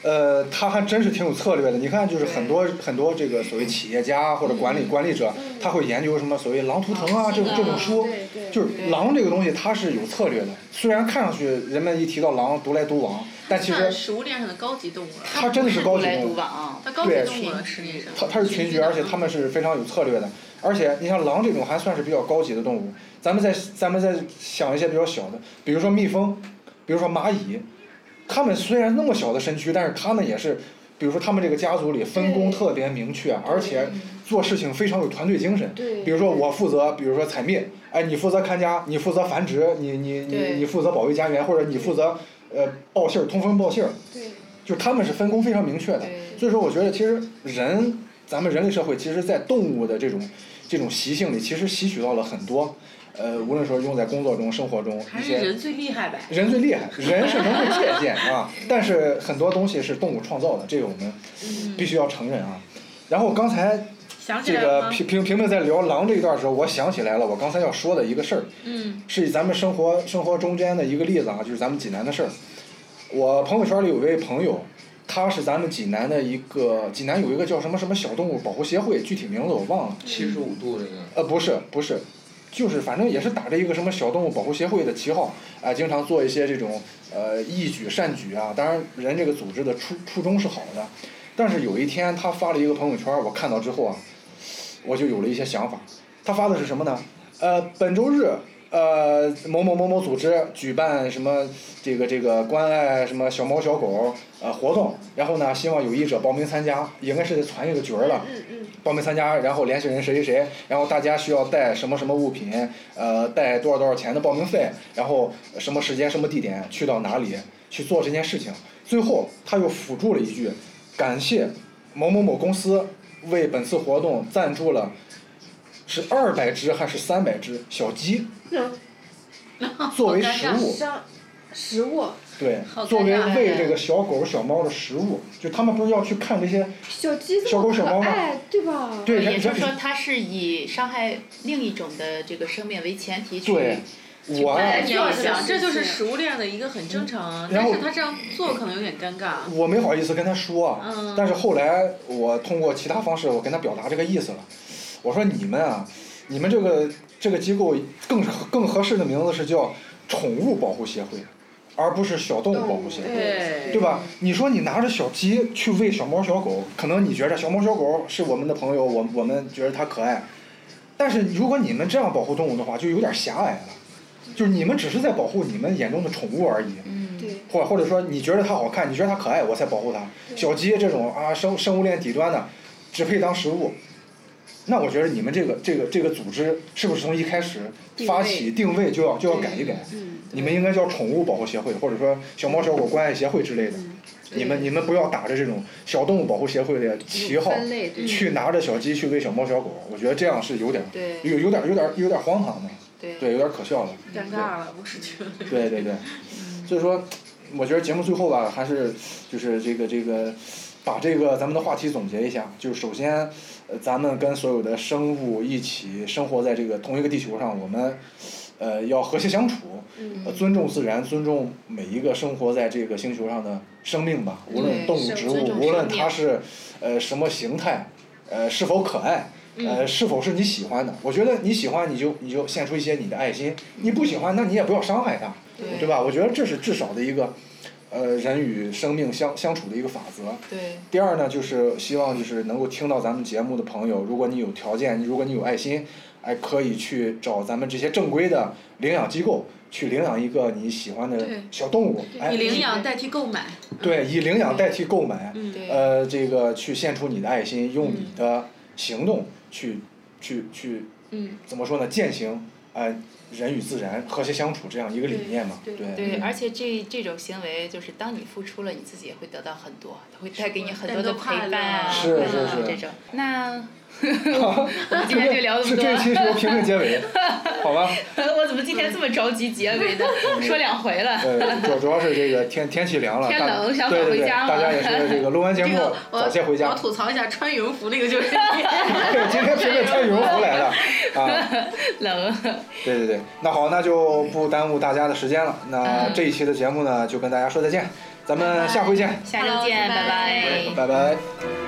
[SPEAKER 1] 呃，他还真是挺有策略的。你看，就是很多很多这个所谓企业家或者管理管理者，他会研究什么所谓狼图腾嗯啊这种这种书，
[SPEAKER 4] 对对
[SPEAKER 1] 就是
[SPEAKER 3] 对
[SPEAKER 1] 狼这个东西它是有策略的。虽然看上去人们一提到狼独来独往，但其
[SPEAKER 2] 算
[SPEAKER 1] 实
[SPEAKER 2] 食物链上的高级动物了，
[SPEAKER 1] 它真的是高级
[SPEAKER 3] 来
[SPEAKER 1] 动
[SPEAKER 3] 独
[SPEAKER 1] 物。
[SPEAKER 3] 往啊，
[SPEAKER 2] 它高级动物了，食物链上。
[SPEAKER 1] 它它是群居，而且它们是非常有策略的。而且你像狼这种还算是比较高级的动物，咱们再咱们再想一些比较小的，比如说蜜蜂，比如说蚂蚁，它们虽然那么小的身躯，但是它们也是，比如说它们这个家族里分工特别明确，而且做事情非常有团队精神。
[SPEAKER 4] 对
[SPEAKER 1] 比如说我负责，比如说采蜜，哎，你负责看家，你负责繁殖，你你你
[SPEAKER 3] 对
[SPEAKER 1] 你负责保卫家园，或者你负责呃报信儿通风报信儿，
[SPEAKER 4] 对，
[SPEAKER 1] 就是他们是分工非常明确的。
[SPEAKER 3] 对，
[SPEAKER 1] 所以说，我觉得其实人，咱们人类社会，其实在动物的这种这种习性里，其实吸取到了很多，呃，无论说用在工作中、生活中
[SPEAKER 2] 还
[SPEAKER 1] 一
[SPEAKER 2] 是
[SPEAKER 1] 些。
[SPEAKER 2] 人最厉害呗。
[SPEAKER 1] 人最厉 害，人是能够借鉴啊，但是很多东西是动物创造的，这个我们
[SPEAKER 2] 嗯
[SPEAKER 1] 必须要承认啊。然后刚才
[SPEAKER 2] 想起
[SPEAKER 1] 这
[SPEAKER 2] 来了
[SPEAKER 1] 个
[SPEAKER 2] 吗？
[SPEAKER 1] 平平平平在聊狼这一段的时候，我想起来了，我刚才要说的一个事儿，
[SPEAKER 2] 嗯，
[SPEAKER 1] 是咱们生活生活中间的一个例子啊，就是咱们济南的事儿。我朋友圈里有位朋友，他是咱们济南的一个济南有一个叫什么什么小动物保护协会，具体名字我忘了。
[SPEAKER 5] 七十五度那个，
[SPEAKER 1] 呃，不是不是，就是反正也是打着一个什么小动物保护协会的旗号，啊、经常做一些这种呃义举善举啊。当然，人这个组织的初初衷是好的，但是有一天他发了一个朋友圈，我看到之后啊，我就有了一些想法。他发的是什么呢？呃，本周日。呃，某某某某组织举办什么这个这个关爱什么小猫小狗呃活动，然后呢，希望有意者报名参加，应该是得传一个角儿了。
[SPEAKER 4] 嗯嗯，
[SPEAKER 1] 报名参加，然后联系人谁谁谁，然后大家需要带什么什么物品，呃，带多少多少钱的报名费，然后什么时间什么地点去到哪里去做这件事情。最后他又辅助了一句，感谢某某某公司为本次活动赞助了。是二百只还是三百只小鸡
[SPEAKER 4] 那
[SPEAKER 1] 作为食物？
[SPEAKER 4] 像食物
[SPEAKER 1] 对
[SPEAKER 2] 好尴，尬
[SPEAKER 1] 作为
[SPEAKER 2] 呀
[SPEAKER 1] 喂这个小狗小猫的食物，就他们不是要去看这些
[SPEAKER 4] 小鸡这
[SPEAKER 1] 小
[SPEAKER 4] 么
[SPEAKER 1] 狗小猫
[SPEAKER 4] 可
[SPEAKER 1] 吗
[SPEAKER 4] 爱，对吧？
[SPEAKER 1] 对人
[SPEAKER 3] 也就是
[SPEAKER 1] 人
[SPEAKER 3] 说它是以伤害另一种的这个生命为前提去。
[SPEAKER 1] 对，我啊
[SPEAKER 2] 哎，你要想，
[SPEAKER 4] 这
[SPEAKER 2] 这
[SPEAKER 4] 个
[SPEAKER 2] 就是
[SPEAKER 4] 事情
[SPEAKER 2] 食物链的一个很正常啊，
[SPEAKER 1] 然
[SPEAKER 2] 但
[SPEAKER 1] 后
[SPEAKER 2] 是他这样做可能有点尴尬。
[SPEAKER 1] 我没好意思跟他说啊，
[SPEAKER 2] 嗯
[SPEAKER 1] 但是后来我通过其他方式，我跟他表达这个意思了。我说你们啊，你们这个这个机构更更合适的名字是叫宠物保护协会，而不是小动物保护协会，
[SPEAKER 2] 对
[SPEAKER 1] 对吧？你说你拿着小鸡去喂小猫小狗，可能你觉着小猫小狗是我们的朋友，我我们觉得它可爱，但是如果你们这样保护动物的话，就有点狭隘了，就是你们只是在保护你们眼中的宠物而已。
[SPEAKER 4] 对，
[SPEAKER 1] 或或者说你觉得它好看，你觉得它可爱，我才保护它。小鸡这种啊，生生物链底端的，只配当食物。那我觉得你们这个这个这个组织是不是从一开始发起定位就要就要改一改？
[SPEAKER 4] 嗯，
[SPEAKER 1] 你们应该叫宠物保护协会，或者说小猫小狗关爱协会之类的。你们你们不要打着这种小动物保护协会的旗号
[SPEAKER 4] 分类
[SPEAKER 2] 嗯
[SPEAKER 4] 对
[SPEAKER 1] 去拿着小鸡去喂小猫小狗，我觉得这样是有点
[SPEAKER 3] 对
[SPEAKER 1] 有有点有点有点荒唐的，
[SPEAKER 3] 对
[SPEAKER 1] 对，有点可笑了。
[SPEAKER 2] 尴尬了，我是觉得。嗯
[SPEAKER 1] 对对对，所以说，我觉得节目最后吧，还是就是这个这个，把这个咱们的话题总结一下，就是首先，呃，咱们跟所有的生物一起生活在这个同一个地球上，我们，呃，要和谐相处，
[SPEAKER 3] 嗯
[SPEAKER 1] 呃尊重自然，尊重每一个生活在这个星球上的生命吧，无论
[SPEAKER 3] 对
[SPEAKER 1] 动物、
[SPEAKER 3] 是
[SPEAKER 1] 植
[SPEAKER 3] 尊
[SPEAKER 1] 物，
[SPEAKER 3] 重
[SPEAKER 1] 无论
[SPEAKER 3] 生命
[SPEAKER 1] 它是呃什么形态，呃是否可爱。
[SPEAKER 3] 嗯
[SPEAKER 1] 呃，是否是你喜欢的？我觉得你喜欢，你就你就献出一些你的爱心；你不喜欢，那你也不要伤害它，对吧？我觉得这是至少的一个，呃，人与生命相相处的一个法则。
[SPEAKER 3] 对
[SPEAKER 1] 第二呢，就是希望就是能够听到咱们节目的朋友，如果你有条件，如果你有爱心，哎，可以去找咱们这些正规的领养机构去领养一个你喜欢的
[SPEAKER 2] 对
[SPEAKER 1] 小动物，哎
[SPEAKER 2] 以，领养代替购买，
[SPEAKER 1] 对，以领养代替购买，
[SPEAKER 3] 对
[SPEAKER 1] 呃，这个去献出你的爱心，用你的行动去去去
[SPEAKER 2] 嗯，
[SPEAKER 1] 怎么说呢？践行，哎，人与自然和谐相处这样一个理念嘛，对
[SPEAKER 2] 对
[SPEAKER 3] 对，
[SPEAKER 1] 嗯
[SPEAKER 3] 而且这这种行为就是当你付出了，你自己也会得到很多，它会带给你很多的陪伴啊，
[SPEAKER 1] 是
[SPEAKER 3] 快乐
[SPEAKER 1] 是
[SPEAKER 3] 啊
[SPEAKER 1] 是
[SPEAKER 3] 这种。那我们今天就聊这
[SPEAKER 1] 是
[SPEAKER 3] 么
[SPEAKER 1] 这一
[SPEAKER 3] 多。
[SPEAKER 1] 期是由评论结尾，好吧？
[SPEAKER 3] 我怎么今天这么着急结 尾呢？说两回了。
[SPEAKER 1] 呃，主主要是这个天天气凉了，
[SPEAKER 3] 天
[SPEAKER 1] 大
[SPEAKER 3] 冷想
[SPEAKER 1] 对
[SPEAKER 3] 早
[SPEAKER 1] 对
[SPEAKER 3] 回
[SPEAKER 1] 对，
[SPEAKER 3] 家
[SPEAKER 1] 大
[SPEAKER 3] 嘛
[SPEAKER 1] 家也是这个录完节
[SPEAKER 2] 这
[SPEAKER 1] 目
[SPEAKER 2] 个我
[SPEAKER 1] 早些回
[SPEAKER 2] 我
[SPEAKER 1] 家。
[SPEAKER 2] 吐槽一下，穿羽绒服那个就是你
[SPEAKER 1] 对， 今天随便穿羽绒服 来的啊。
[SPEAKER 3] 冷，
[SPEAKER 1] 对对对，那好，那就不耽误大家的时间了。那
[SPEAKER 3] 嗯
[SPEAKER 1] 这一期的节目呢，就跟大家说再见，咱们下回见，
[SPEAKER 3] 下周见，
[SPEAKER 2] 拜拜。
[SPEAKER 1] 拜
[SPEAKER 3] 拜
[SPEAKER 1] 拜。